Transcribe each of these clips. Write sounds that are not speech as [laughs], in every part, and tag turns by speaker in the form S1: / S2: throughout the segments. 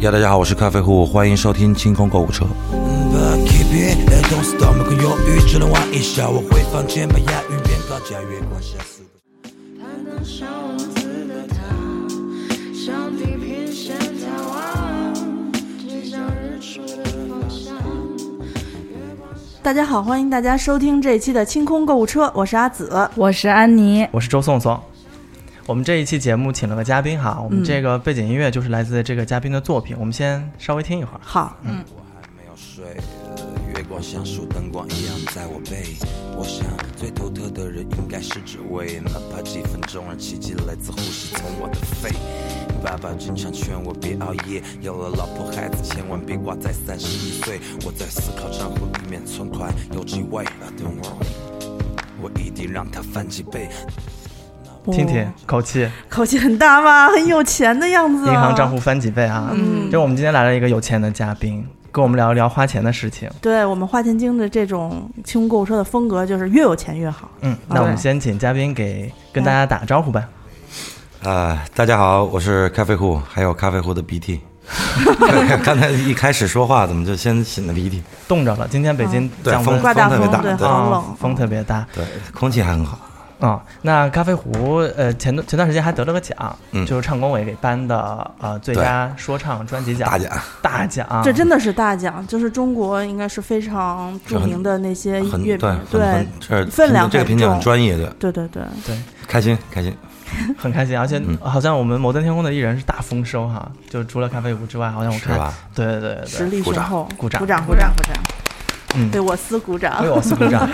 S1: 呀，大家好，我是咖啡壶，欢迎收听清空购物车。
S2: But keep it，雷公司倒霉跟忧郁只能玩一下，我会放箭，把押韵变高，加月光下死。
S3: 他能上王子的塔，上帝偏向他望，指向日出的方向。
S4: 大家好，欢迎大家收听这一期的清空购物车，我是阿紫。
S5: 我是安妮，
S6: 我是周颂颂。我们这一期节目请了个嘉宾
S4: 嗯
S6: 哈，我们这个背景音乐就是来自这个嘉宾的作品，我们先稍微听一会儿。
S4: 好，
S2: 我还没有睡，月光像树，灯光一样在我背。我想最独特的人应该是只为，哪怕几分钟，让奇迹来自呼吸从我的肺。爸爸经常劝我别熬夜，有了老婆孩子千万别挂在三十一岁。我在思考账户里面存款有几位，I don't worry，我一定让它翻几倍。
S4: 哦
S6: 听听口气，
S4: 口气很大吗？很有钱的样子、嗯
S6: 银行账。户翻几倍啊！就我们今天来了一个有钱的嘉宾，跟我们聊一聊花钱的事情。
S4: 对我们花钱精的这种清空购物车的风格，就是越有钱越好。嗯
S6: 嗯，那我们先请嘉宾给跟大家打个招呼吧。
S1: 啊，大家好，我是咖啡壶，还有咖啡壶的
S4: [laughs]
S1: 鼻涕。刚才一开始说话怎么就先擤的鼻涕？
S6: 冻着了，今天北京
S1: 对
S6: 降
S1: 风
S6: 温
S4: 刮大
S1: 特别大
S4: 对，
S1: 对
S4: 好
S6: 啊
S4: 嗯冷，，
S6: 风特别大。
S1: 对，空气还很好。
S6: 啊、那咖啡壶呃，前段前段时间还得了个奖，
S1: 嗯
S6: 就是唱工委给颁的呃最
S1: 对
S6: 佳说唱专辑奖，
S1: 大奖，
S6: 大奖，
S4: 这真的是大奖，就是中国应该是非常著名的那些
S1: 很
S4: 乐评
S1: 对，很，
S4: 对
S1: 很这
S4: 分量
S1: 这个
S4: 很
S1: 评奖很
S4: 重
S1: 专业的，
S4: 对对对，
S1: 开心开心。
S6: 很开心，而
S1: 嗯
S6: 且好像我们摩登天空的艺人是大丰收哈，就除了咖啡舞之外，好像我看
S1: 是吧，
S6: 对对对
S4: 实
S6: 对对，
S4: 力
S1: 鼓
S4: 雄
S1: 掌
S4: 厚，
S6: 鼓掌
S4: 鼓掌，鼓掌，鼓掌。
S6: 嗯
S4: 对我司鼓掌
S6: 为。我司鼓
S4: [laughs]
S6: 掌。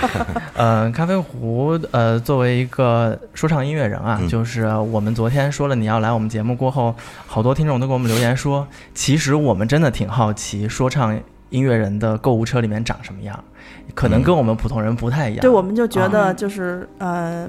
S6: 呃，咖啡壶呃，作为一个说唱音乐人啊，
S1: 嗯
S6: 就是我们昨天说了你要来我们节目过后，好多听众都给我们留言说，其实我们真的挺好奇说唱音乐人的购物车里面长什么样，可
S1: 嗯
S6: 能跟我们普通人不太一样。
S4: 对，我们就觉得就是、呃，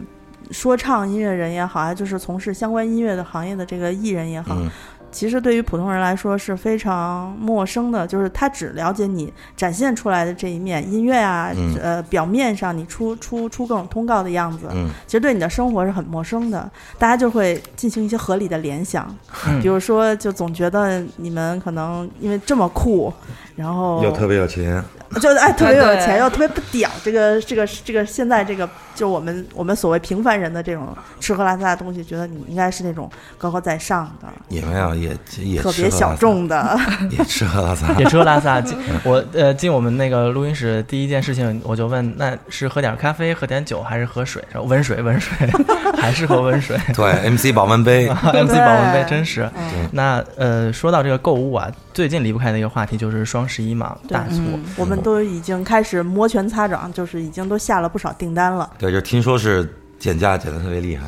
S4: 说唱音乐人也好啊，就是从事相关音乐的行业的这个艺人也好，
S1: 嗯，
S4: 其实对于普通人来说是非常陌生的，就是他只了解你展现出来的这一面，音乐啊，
S1: 嗯
S4: 呃，表面上你出出出各种通告的样子，
S1: 嗯
S4: 其实对你的生活是很陌生的，大家就会进行一些合理的联想，
S6: 嗯
S4: 比如说就总觉得你们可能因为这么酷，然后
S1: 又特别有钱，
S4: [laughs] 就哎特别有
S5: 啊对
S4: 钱又特别不屌，这个这个这个现在这个就我们我们所谓平凡人的这种吃喝拉撒的东西，觉得你应该是那种高高在上的、
S1: 也没有也也
S4: 特
S1: 吃
S4: 别
S1: 喝
S4: 小
S1: 拉撒，
S4: 众的。 [laughs]
S1: 也吃喝
S6: [laughs]
S1: 拉撒。
S6: 也吃喝拉撒。进我呃进我们那个录音室第一件事情，我就问那是喝点咖啡、喝点酒还是喝水？说温水，温水， [laughs] 还是喝温 [laughs] 水。
S1: 对，MC 保温杯，
S6: MC 保温杯真实。
S4: 嗯
S6: 那呃，说到这个购物啊，最近离不开的一个话题就是双十一嘛，
S4: 对嗯
S6: 大促。嗯
S4: 我们都已经开始摩拳擦掌，就是已经都下了不少订单了。
S1: 对，就听说是减价减的特别厉害，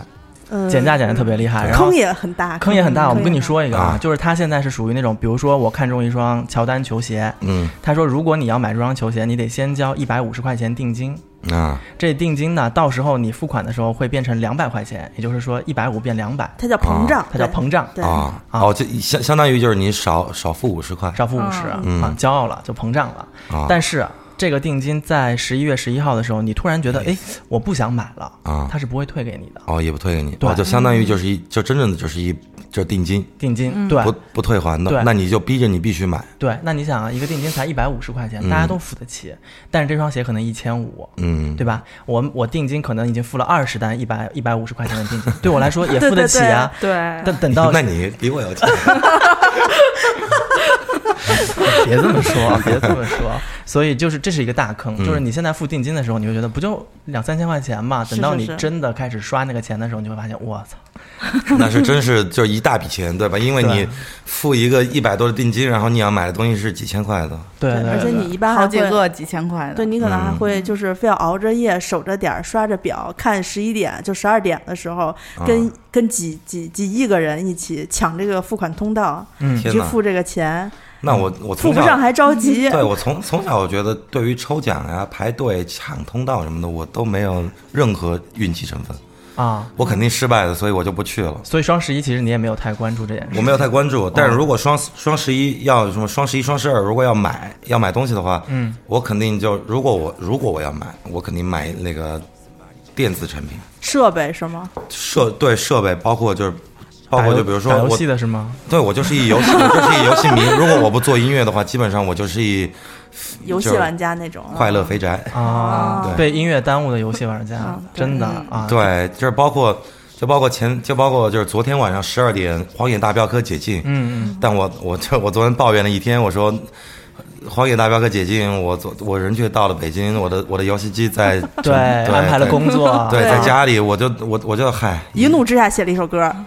S4: 嗯，
S6: 减价减的特别厉害，然后
S4: 坑也很大，
S6: 坑也很大。我们跟你
S4: 坑
S6: 说一个啊
S1: 啊，
S6: 就是它现在是属于那种，比如说我看中一双乔丹球鞋，
S1: 嗯
S6: 他说如果你要买这双球鞋，你得先交一百五十块钱定金，
S1: 啊，
S6: 这定金呢，到时候你付款的时候会变成两百块钱，也就是说一百五变两百
S4: 也，很大，它叫膨胀，
S6: 它叫
S4: 对
S6: 膨胀，
S4: 对
S1: 啊，
S6: 啊
S1: 哦，这相相当于就是你少少付五十块
S6: 少付五十
S1: 嗯
S6: 啊，骄傲了就膨胀了。
S1: 啊，
S6: 但
S1: 是
S6: 是啊这个定金在十一月十一号的时候，你突然觉得哎，我不想买了
S1: 嗯啊
S6: 它是不会退给你的
S1: 哦也不退给你，
S6: 对
S1: 哦，就相当于就是一就真正的就是一就是定金
S6: 定金。对
S1: 不不退还的，
S6: 对
S1: 那你就逼着你必须买，
S6: 对，那你想啊，一个定金才一百五十块钱，大家都付得起，但是这双鞋可能一千五。
S1: 嗯，
S6: 对吧？我我定金可能已经付了二十单一百一百五十块钱的定金，对我来说也付得起啊。
S5: 对，
S6: 但等到
S1: [laughs] 那你比我有钱，
S6: 别这么
S1: [laughs]
S6: 说，别这么说。 [laughs] 所以就是这是一个大坑，
S1: 嗯
S6: 就是你现在付定金的时候，你会觉得不就两三千块钱嘛？
S4: 是
S6: 等到
S4: 是
S6: 你
S4: 是
S6: 真的开始刷那个钱的时候，你就会发现，我操，
S1: 那是真是就是一大笔钱，对吧？因为
S6: 对
S1: 你付一个一百多的定金，然后你要买的东西是几千块的，
S6: 对对对
S4: 而且你一般还
S5: 好
S4: 会
S5: 几个几千块的，
S4: 对你可能还
S1: 嗯
S4: 会就是非要熬着夜守着点儿刷着表看十一点就十二点的时候，
S1: 啊
S4: 跟、跟几几几亿个人一起抢这个付款通道，
S6: 嗯
S4: 你
S1: 天
S4: 去
S1: 哪
S4: 付这个钱，
S1: 那我我
S4: 付
S1: 从
S4: 不
S1: 小
S4: 上还着急。
S1: 对我从从小我觉得对于抽奖呀、排队、抢通道什么的，我都没有任何运气成分，
S6: 啊。
S1: 我肯定失败的，所以我就不去了。
S6: 所以双十一其实你也没有太关注这件事
S1: 我没有太关
S6: 哦
S1: 注，但是如果双双十一要什么双十一、双十二，如果要买要买东西的话，嗯，我肯定就如果我如果我要买，我肯定买那个电子产品
S4: 设备是吗？
S1: 设对设备，包括就是包括
S6: 打游
S1: 就比如说
S6: 打游
S1: 我
S6: 戏的是吗？
S1: 对我就是一游戏，我就是一游戏迷。如果我不做音乐的话，基本上我就是一
S4: 游戏
S1: 就是
S4: 玩家那种嗯
S1: 快乐肥宅。
S6: 啊
S4: 啊，
S6: 被音乐耽误的游戏玩家
S4: 啊，对
S6: 真的
S4: 嗯
S6: 啊，
S1: 对，就是包括就包括前就包括就是昨天晚上十二点《荒野大镖客》解禁，
S6: 嗯
S1: [laughs] 但我我这我昨天抱怨了一天，我说《荒野大镖客》解禁，我昨我人却到了北京，我的我的游戏机
S6: [laughs]
S1: 在
S6: 嗯，对，安排了工作，啊
S1: 对，
S4: 对
S1: 在家里我就我我就嗨，
S4: 一怒之下写了一首歌，
S1: 嗯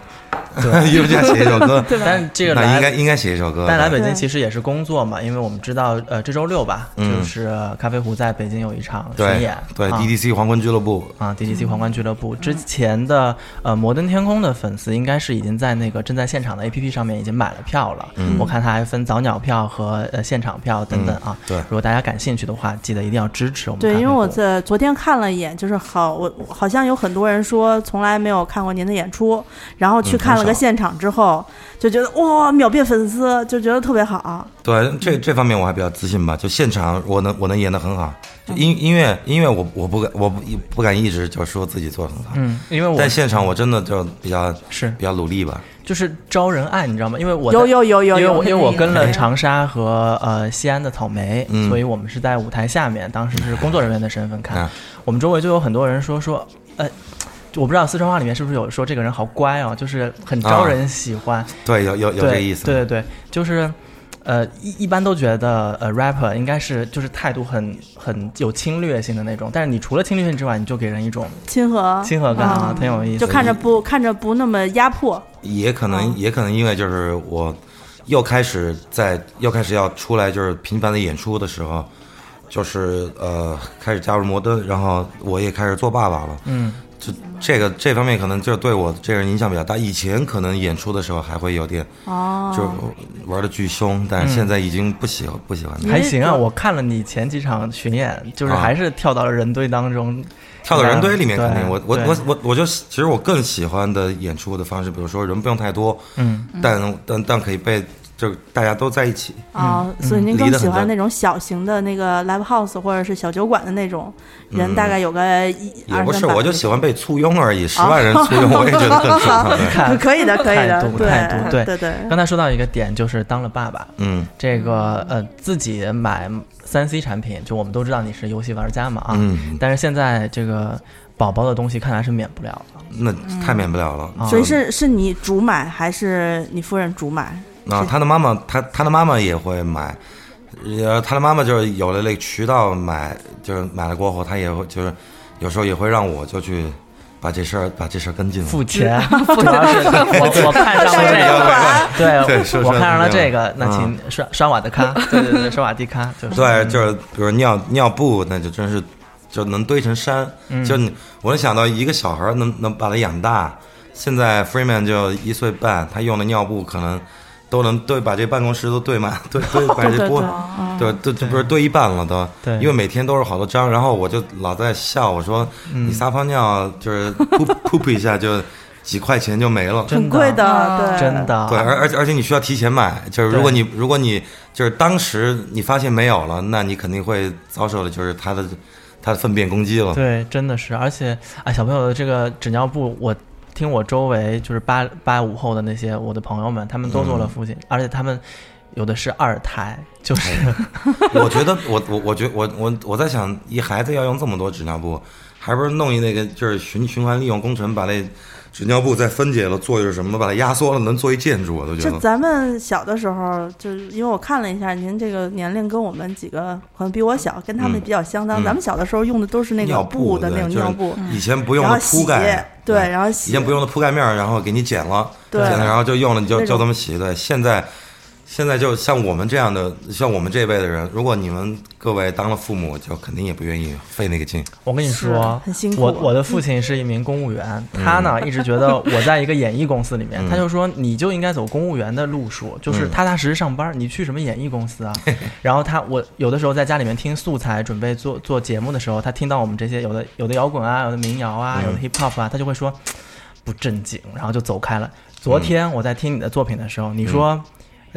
S1: [laughs] 一不下写一首
S6: [laughs]
S1: 歌，
S6: 但这个
S1: 那
S6: 来
S1: 应该应该写一首歌，
S6: 但来北京
S4: 对
S6: 其实也是工作嘛，因为我们知道，呃，这周六吧，
S1: 嗯
S6: 就是咖啡壶在北京有一场巡
S1: 对
S6: 演，
S1: 对
S6: 啊
S1: DDC 皇冠俱乐部，
S6: 啊，DDC
S1: 嗯
S6: 皇冠俱乐部之前的呃摩登天空的粉丝应该是已经在那个正在现场的 APP 上面已经买了票了，
S1: 嗯
S6: 我看它还分早鸟票和呃现场票等等啊。
S1: 对
S6: 如果大家感兴趣的话，记得一定要支持我们咖啡
S4: 对，
S6: 壶。
S4: 因为我在昨天看了一眼，就是好，我我好像有很多人说从来没有看过您的演出，然后去
S1: 嗯
S4: 看了个
S1: 很少
S4: 现场之后，就觉得哇、秒变粉丝，就觉得特别好。
S1: 对这
S6: 嗯
S1: 这方面我还比较自信吧，就现场我能我能演得很好，就音音乐音乐我我不敢我不不敢一直就说自己做得很好，
S6: 嗯，因为我
S1: 在现场我真的就比较
S6: 是
S1: 比较努力吧，
S6: 就是招人爱，你知道吗？因为我在
S4: 有有有有
S6: 因为
S4: 有，
S6: 我因为我跟了
S4: 场，
S6: 长沙和呃西安的草莓，
S1: 嗯
S6: 所以我们是在舞台下面，当时是工作人员的身份看，
S1: 啊
S6: 我们周围就有很多人说说，呃，我不知道四川话里面是不是有说这个人好乖哦，就是很招人喜欢，
S1: 对，有啊有
S6: 对
S1: 有这个意思，
S6: 对对对，就是。呃，一一般都觉得呃，rapper 应该是就是态度很很有侵略性的那种，但是你除了侵略性之外，你就给人一种
S4: 亲和
S6: 亲和感啊，挺有意思
S4: 就
S6: 的。
S4: 看着不看着不那么压迫，
S1: 也可能、
S4: 嗯
S1: 也可能因为就是我又开始在又开始要出来就是频繁的演出的时候，就是呃开始加入摩登，然后我也开始做爸爸了，
S6: 嗯，
S1: 就这个这方面可能就对我这个人影响比较大。以前可能演出的时候还会有点
S4: 哦，
S1: 就玩的巨凶，
S6: 嗯
S1: 但是现在已经不喜欢不喜欢了
S4: 嗯
S6: 还行啊，
S4: 因为
S6: 我看了你前几场巡演，就是
S1: 啊
S6: 还是跳到了人堆当中，
S1: 跳到人堆里面
S6: 对
S1: 肯定，我我
S6: 对
S1: 我我我就其实我更喜欢的演出的方式，比如说人不用太多，
S6: 嗯，
S1: 但但但可以被就是大家都在一起，
S4: 啊，所以您
S1: 嗯离
S4: 更
S1: 得
S4: 喜
S1: 很
S4: 欢
S1: 近
S4: 那种小型的那个 live house 或者是小酒馆的那种，人大概有个一
S1: 嗯也不是，
S4: 二三百 [laughs]
S1: 我就喜欢被簇拥而已，十万人簇拥，我也觉得很爽。
S4: [laughs]
S1: 对
S6: 看
S4: 可以的，可以的
S6: 态，度
S4: 对
S6: 态度对
S4: 对对，
S6: 刚才说到一个点，就是当了爸爸，
S1: 嗯
S6: 这个呃自己买三 C 产品，就我们都知道你是游戏玩家嘛啊，
S1: 嗯，
S6: 但是现在这个宝宝的东西看来是免不了了。
S1: 那太免不了了。
S6: 啊
S4: 所以是是你主买还是你夫人主买？
S1: 啊，他的妈妈，他他的妈妈也会买，呃，他的妈妈就是有了那个渠道买，就是买了过后，他也会就是有时候也会让我就去把这事儿把这事儿跟进了。
S6: 付钱， [laughs] 主要是我我看上
S4: 对
S6: 了这个，
S1: 对
S6: 对
S1: 说
S6: 我我看上了
S1: 说
S6: 这个，
S1: 对
S6: 那请刷刷我的咖，对对对，刷我的咖，就是
S1: 对，就是比如尿尿布，那就真是就能堆成山。就你，我能想到一个小孩儿能能把他养大。现在 Freeman 就一岁半，他用的尿布可能都能堆把这办公室都堆满， [laughs] 堆堆把这玻对，都这不是堆一半了都。
S6: 对
S1: 因为每天都是好多张，然后我就老在笑，我说你撒泡尿就是噗 [laughs] 噗噗一下就几块钱就没了。
S6: 真
S4: 很贵
S6: 的，
S1: 嗯
S4: 的，对
S6: 真。的，
S1: 对，而而且而且你需要提前买，就是如果
S6: 啊对
S1: 你如果你就是当时你发现没有了，那你肯定会遭受的就是它的它的粪便攻击
S6: [laughs]
S1: 了。
S6: 对，真的是，而且啊，小朋友的这个纸尿布，我听我周围就是八八五后的那些我的朋友们，他们都做了父亲，而且他们有的是二胎，就是、
S1: 我觉得我我我觉我我我在想，一孩子要用这么多纸尿布，还不如弄一那个就是循循环利用工程，把那纸尿布再分解了，做就是什么，把它压缩了，能做一建筑，我都觉
S4: 就
S1: 得。
S4: 咱们小的时候，就是因为我看了一下，您这个年龄跟我们几个可能比我小，跟他们
S1: 嗯
S4: 比较相当。
S1: 嗯
S4: 咱们小的时候用的都是那个
S1: 尿
S4: 布
S1: 布
S4: 的那
S1: 对
S4: 种
S1: 就是
S4: 尿布，
S6: 嗯
S1: 以前不用
S4: 然后
S1: 的
S4: 洗
S1: 铺盖，
S4: 对，然后洗
S1: 以前不用的铺盖面儿，然后给你剪了，
S4: 对
S1: 剪了然后就用了，你就
S4: 那种
S1: 就这么洗。对，现在现在就像我们这样的，像我们这辈的人，如果你们各位当了父母，就肯定也不愿意费那个劲。 [laughs]
S6: 我跟你说，
S4: 很辛苦
S6: 我我的父亲是一名公务员，他呢一直觉
S1: [laughs]
S6: 得我在一个演艺公司里面，
S1: 嗯
S6: 他就说你就应该走公务员的路数，就是
S1: 嗯
S6: 踏踏实实上班，你去什么演艺公司
S1: [laughs]
S6: 啊？然后他我有的时候在家里面听素材，准备做做节目的时候，他听到我们这些有的有的摇滚啊，有的民谣
S1: 嗯
S6: 啊，有的 hip hop 啊，他就会说
S1: 嗯
S6: 不正经，然后就走开了。昨天我在听你的作品的时候，你说。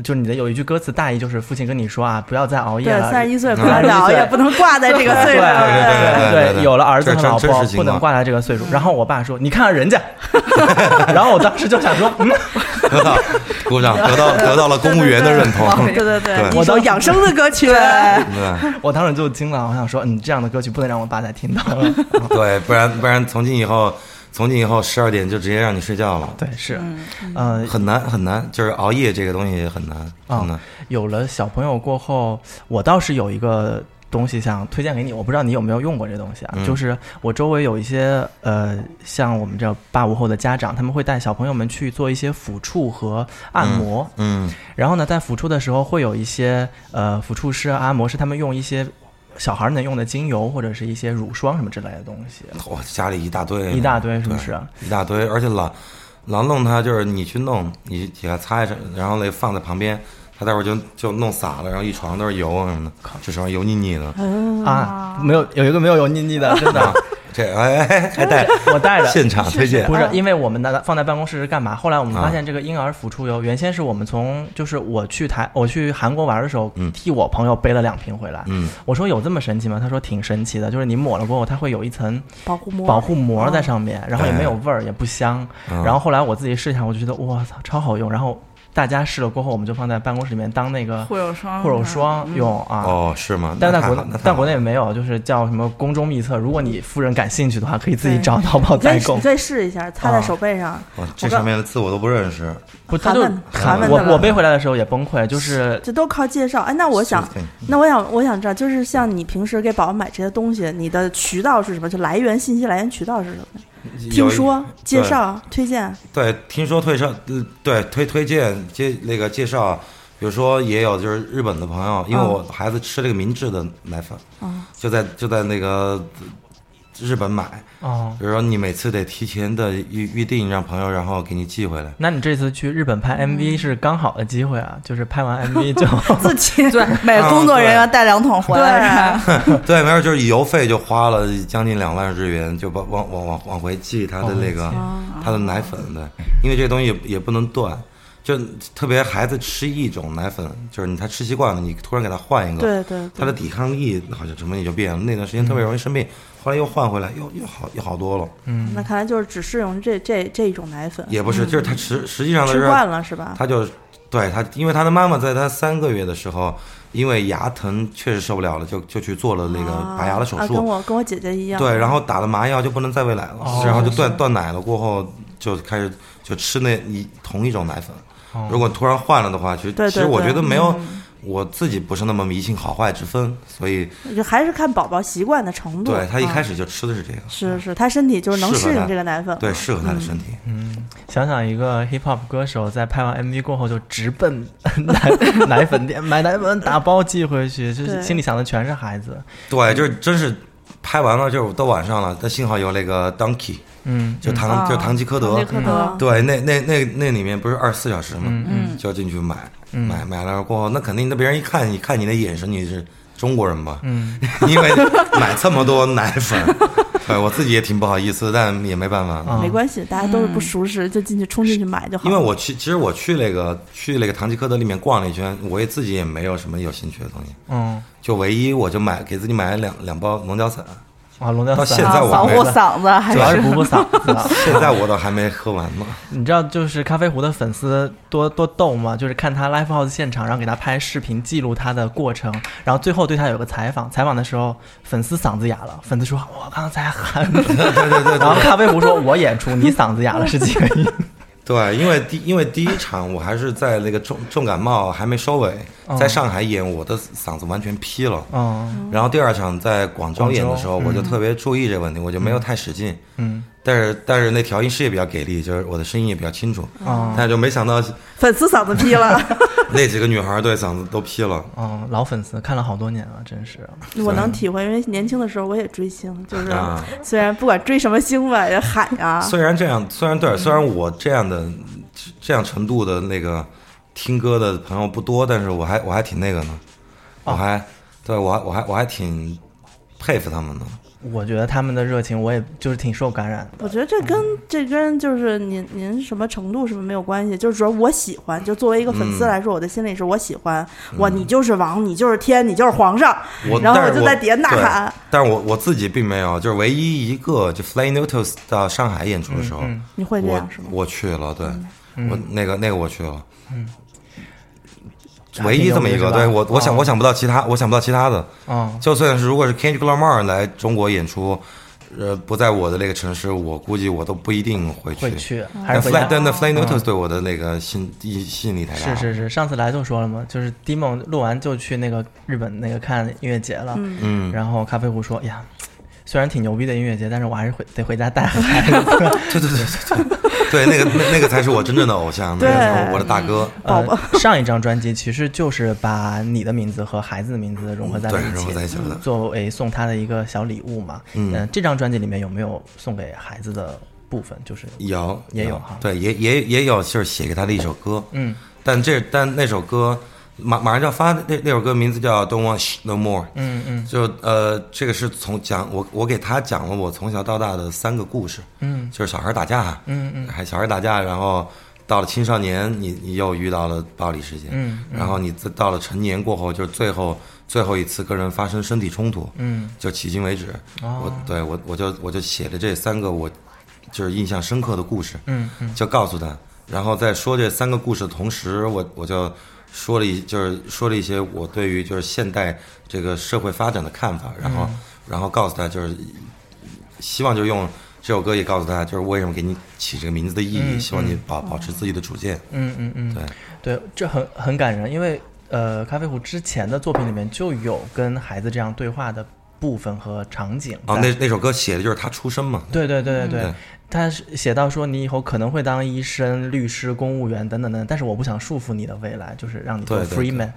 S6: 就是你的有一句歌词大意就是父亲跟你说啊，不要再熬夜
S4: 对，
S6: 了。
S4: 三十一岁不
S1: 嗯
S4: 能熬夜，
S6: 31
S4: 不能挂在这个岁
S6: 哎对
S4: 数。
S1: 对对对
S6: 有了儿子
S1: 这
S6: 和
S1: 真
S6: 老
S1: 真
S6: 婆
S1: 实情
S6: 不能
S1: 况
S6: 挂在这个岁数。然后我爸说：“你看看人家。” [laughs] 然后我当时就想说：“嗯，
S1: 得到鼓掌，得到得到了公务员的认同。
S4: 对对
S1: 对
S4: 一首养生的歌曲， [laughs]
S1: 对
S6: 我当时就惊了，我想说，嗯，这样的歌曲不能让我爸再听到了。
S1: 对，不然不然，从今以后，从今以后十二点就直接让你睡觉了，
S6: 对，是，
S4: 嗯
S6: 呃，
S1: 很难很难，就是熬夜这个东西很难，真的
S6: 啊。，有了小朋友过后，我倒是有一个东西想推荐给你，我不知道你有没有用过这东西啊，
S1: 嗯
S6: 就是我周围有一些呃，像我们这八五后的家长，他们会带小朋友们去做一些抚触和按摩，
S1: 嗯
S6: 然后呢，在抚触的时候会有一些呃抚触师、啊、按摩师，他们用一些小孩能用的精油或者是一些乳霜什么之类的东西，
S1: 我家里一大堆，
S6: 一大堆是不
S1: 对
S6: 是？
S1: 一大堆，而且老老弄它，就是你去弄，你给它擦一下，然后嘞放在旁边，它待会儿就就弄洒了，然后一床都是油啊什么的，这床油腻腻的。
S6: 啊，没有有一个没有油腻腻的，真的，
S1: 这哎哎还带
S6: 我带的。
S1: 现场推荐
S6: 不，是，因为我们拿放在办公室是干嘛？后来我们发现这个婴儿抚触油，原先是我们从就是我去台我去韩国玩的时候，替我朋友背了两瓶回来。
S1: 嗯
S6: 我说有这么神奇吗？他说挺神奇的，就是你抹了过后，它会有一层
S4: 保护膜，
S6: 保护膜在上面，然后也没有味儿，也不香。
S1: 嗯
S6: 然后后来我自己试一下，我就觉得哇操，超好用。然后大家试了过后，我们就放在办公室里面当那个
S5: 护手霜，
S6: 护手霜用啊。
S1: 哦，是吗？
S6: 但
S1: 那
S6: 在
S1: 太
S6: 国
S1: 好那太
S6: 但
S1: 好
S6: 国内没有，就是叫什么宫中秘册。如果你夫人感兴趣的话，可以自己找淘宝
S4: 你可
S6: 代
S4: 以 [laughs]
S6: 购
S4: 你。可以试一下，擦
S1: 啊
S4: 在手背上，
S1: 哇，这上面的字我都不认识。
S6: 不，他
S4: 韩
S6: 就嗯
S4: 文韩文
S6: 我
S4: 的了
S6: 我背回来的时候也崩溃，就是
S4: 这都靠介绍。哎，那我想
S1: Sweet thing，
S4: 那我想，我想知道，就是像你平时给宝宝买这些东西，你的渠道是什么？就来源信息来源渠道是什么？
S1: 有
S4: 听说、介
S1: 对
S4: 绍、推荐，
S1: 对，听说推绍，呃对推推荐介那个介绍，比如说也有就是日本的朋友，因为
S4: 嗯
S1: 我孩子吃这个明治的奶粉，就在就在那个日本买，
S6: 哦。
S1: 比如说你每次得提前的预预定，让朋友然后给你寄回来。
S6: 那你这次去日本
S4: 嗯
S6: 拍 MV 是刚好的机会啊，就是拍
S4: [laughs]
S6: 完 MV 就 [laughs]
S5: 嗯
S4: 自己
S5: [laughs] 对，每个工作人员带两桶回来，是吧
S1: 对，没事，就是邮费就花了将近两万日元，就把往往往往回寄他的那个他的奶粉的，因为这东西也也不能断，就特别孩子吃一种奶粉，就是你他吃习惯了，你突然给他换一个，
S4: 对对
S1: 他的抵抗力好像什么也就变了。那段时间特别容易生病，后来又换回来，又又好又好多了。
S4: 那看来就是只适用这这这一种奶粉，
S1: 也不是，就是他实实际上的
S4: 吃
S1: 是，
S4: 惯了是吧？
S1: 他就对他，因为他的妈妈在他三个月的时候，因为牙疼确实受不了了，就就去做了那个拔牙的手
S4: 啊，
S1: 术。
S4: 跟我跟我姐姐一样，
S1: 对，然后打了麻药就不能再喂奶了，
S6: 哦
S1: 然后就断断奶了，过后就开始就吃那一同一种奶粉。如果突然换了的话，其实
S4: 哦对对
S1: 其实我
S4: 对嗯
S1: 觉得没有，我自己不是那么迷信好坏之分，所以
S4: 就还是看宝宝习惯的程度。
S1: 对他一
S4: 啊
S1: 开始就吃的是这个，
S4: 是是，他身体就是能
S1: 适合
S4: 适应
S1: 他
S4: 这个奶粉，
S1: 对，适合他的身体。
S6: 想想一个 hip hop 歌手在拍完 MV 过后就直奔 [laughs]
S4: [laughs]
S6: 奶奶粉店买奶粉打包寄回去，就是
S4: 对
S6: 心里想的全是孩子。
S1: 对，就是真是拍完了，就是都晚上了，但幸好有那个 Donkey，
S6: 嗯，
S1: 就唐、就唐吉诃德，嗯
S5: 唐吉诃德啊
S1: 对，那那那那里面不是二十四小时嘛，就要进去买，买买了过后，那肯定那别人一看，你看你的眼神，你是中国人吧？嗯， [laughs] 因为买这么多奶粉，对我自己也挺不好意思，但也没办法。
S4: 没关系，大家都是不熟识，就进去冲进去买就好。
S1: 嗯因为我去，其实我去那个去那个唐吉诃德里面逛了一圈，我也自己也没有什么有兴趣的东西，
S6: 嗯，
S1: 就唯一我就买给自己买了两两包龙角散，
S6: 哇，嗯龙江
S1: 到
S6: 散
S1: 现在
S5: 啊
S1: 我
S5: 保
S1: 没
S5: 护嗓子还
S6: 主要是
S5: 是
S6: 补补嗓子
S1: [laughs]
S6: 啊。
S1: 现在我都还没喝完呢。
S6: 你知道就是咖啡壶的粉丝多多逗吗？就是看他 live house 现场，然后给他拍视频记录他的过程，然后最后对他有个采访。采访的时候，粉丝嗓子哑了，粉丝说：“我刚才喊。”对对 [laughs] 对。然后咖啡壶说：“我演出，你嗓子哑了是几个音
S1: 对，因为第因为第一场我还是在那个重重感冒还没收尾，在上海演，我的嗓子完全劈了？”。
S6: 嗯，
S1: 然后第二场在广州演的时候，
S6: 广州
S1: 我就特别注意这个问题，我就没有太使劲。嗯。但是但是那调音师也比较给力，就是我的声音也比较清楚。
S6: 哦
S1: 但就没想到
S4: 粉丝嗓子劈了，
S1: [laughs] 那几个女孩对嗓子都劈了。
S6: 嗯，老粉丝看了好多年了，真是。
S4: 我能体会，因为年轻的时候我也追星，就是
S1: 啊
S4: 虽然不管追什么星吧，也喊啊，
S1: 虽然这样，虽然对，虽然我这样的这样程度的那个听歌的朋友不多，但是我还我还挺那个呢，我还对我还我还我还挺佩服他们的。
S6: 我觉得他们的热情，我也就是挺受感染的。
S4: 我觉得这跟、
S1: 嗯
S4: 这跟就是您您什么程度什么没有关系，就是说我喜欢，就作为一个粉丝
S1: 嗯
S4: 来说，我的心里是我喜欢，我你就是王，你就是天，你就是皇上，
S1: 我
S4: 然后
S1: 但
S4: 我
S1: 是
S4: 就在底下呐
S1: 对
S4: 喊。
S1: 但是我我自己并没有，就是唯一一个就 Fly Notus 到上海演出的时候，
S6: 嗯
S4: 你会这
S1: 我
S4: 样是吗？
S1: 我去了，对，
S6: 嗯
S1: 我那个那个我去了，
S6: 嗯
S1: 唯一这么一
S6: 还挺牛逼是
S1: 个，
S6: 吧
S1: 对我我想
S6: 哦
S1: 我想不到其他，我想不到其他的，
S6: 嗯，
S1: 就算是如果是 Kendrick Lamar 来中国演出，呃，不在我的那个城市，我估计我都不一定会去。
S6: 会去还
S1: 但
S6: 是回家
S1: Fly 但那 Fly
S6: 嗯
S1: Notus 对我的那个吸吸吸引力太大
S6: 是
S1: 了。
S6: 是是，上次来就说了嘛，就是 Dimon 录完就去那个日本那个看音乐节了，
S1: 嗯，
S6: 然后咖啡壶说：“哎呀，虽然挺牛逼的音乐节，但是我还是回得回家带孩
S4: [laughs]
S6: 子。
S1: 对对对对对，对那个那那个才是我真正的偶像，那
S4: 对
S1: 个才是我的大哥。
S6: [laughs]
S4: 宝
S6: 呃，上一张专辑其实就是把你的名字和孩子的名字融合在了
S1: 嗯对融合在一
S6: 一
S1: 起
S6: 起
S4: 嗯
S1: 了，
S6: 作为送他的一个小礼物嘛。
S1: 嗯
S6: 呃这张专辑里面有没有送给孩子的部分？就是
S1: 有
S6: 也有哈
S1: 对，也也也有，就是写给他的一首歌。
S6: 嗯，
S1: 但这但那首歌马马上就要发，那那首歌名字叫《Don't Want Sh- No More》。
S6: 嗯嗯
S1: 就呃，这个是从讲我我给他讲了我从小到大的三个故事，
S6: 嗯
S1: 就是小孩打架，
S6: 嗯嗯
S1: 还小孩打架，然后到了青少年，你你又遇到了暴力事件，
S6: 嗯
S1: 然后你自到了成年过后，就是最后最后一次跟人发生身体冲突，
S6: 嗯，
S1: 就迄今为止，
S6: 哦
S1: 我对我我就我就写了这三个我就是印象深刻的故事，
S6: 嗯嗯
S1: 就告诉他，然后在说这三个故事的同时，我我就说了一就是说了一些我对于就是现代这个社会发展的看法，然
S6: 嗯
S1: 后、然后告诉他就是希望就用这首歌也告诉他就是为什么给你起这个名字的意义，
S6: 嗯
S1: 希望你保保持自己的主见，
S6: 嗯嗯嗯，
S1: 对，
S6: 对，这很很感人，因为呃，咖啡壶之前的作品里面就有跟孩子这样对话的部分和场景在。
S1: 啊那那首歌写的就是他出身嘛，
S6: 对对对对对，
S1: 对
S6: 他是写到说你以后可能会当医生、律师、公务员等等等等，但是我不想束缚你的未来，就是让你做
S1: 对对
S6: free man。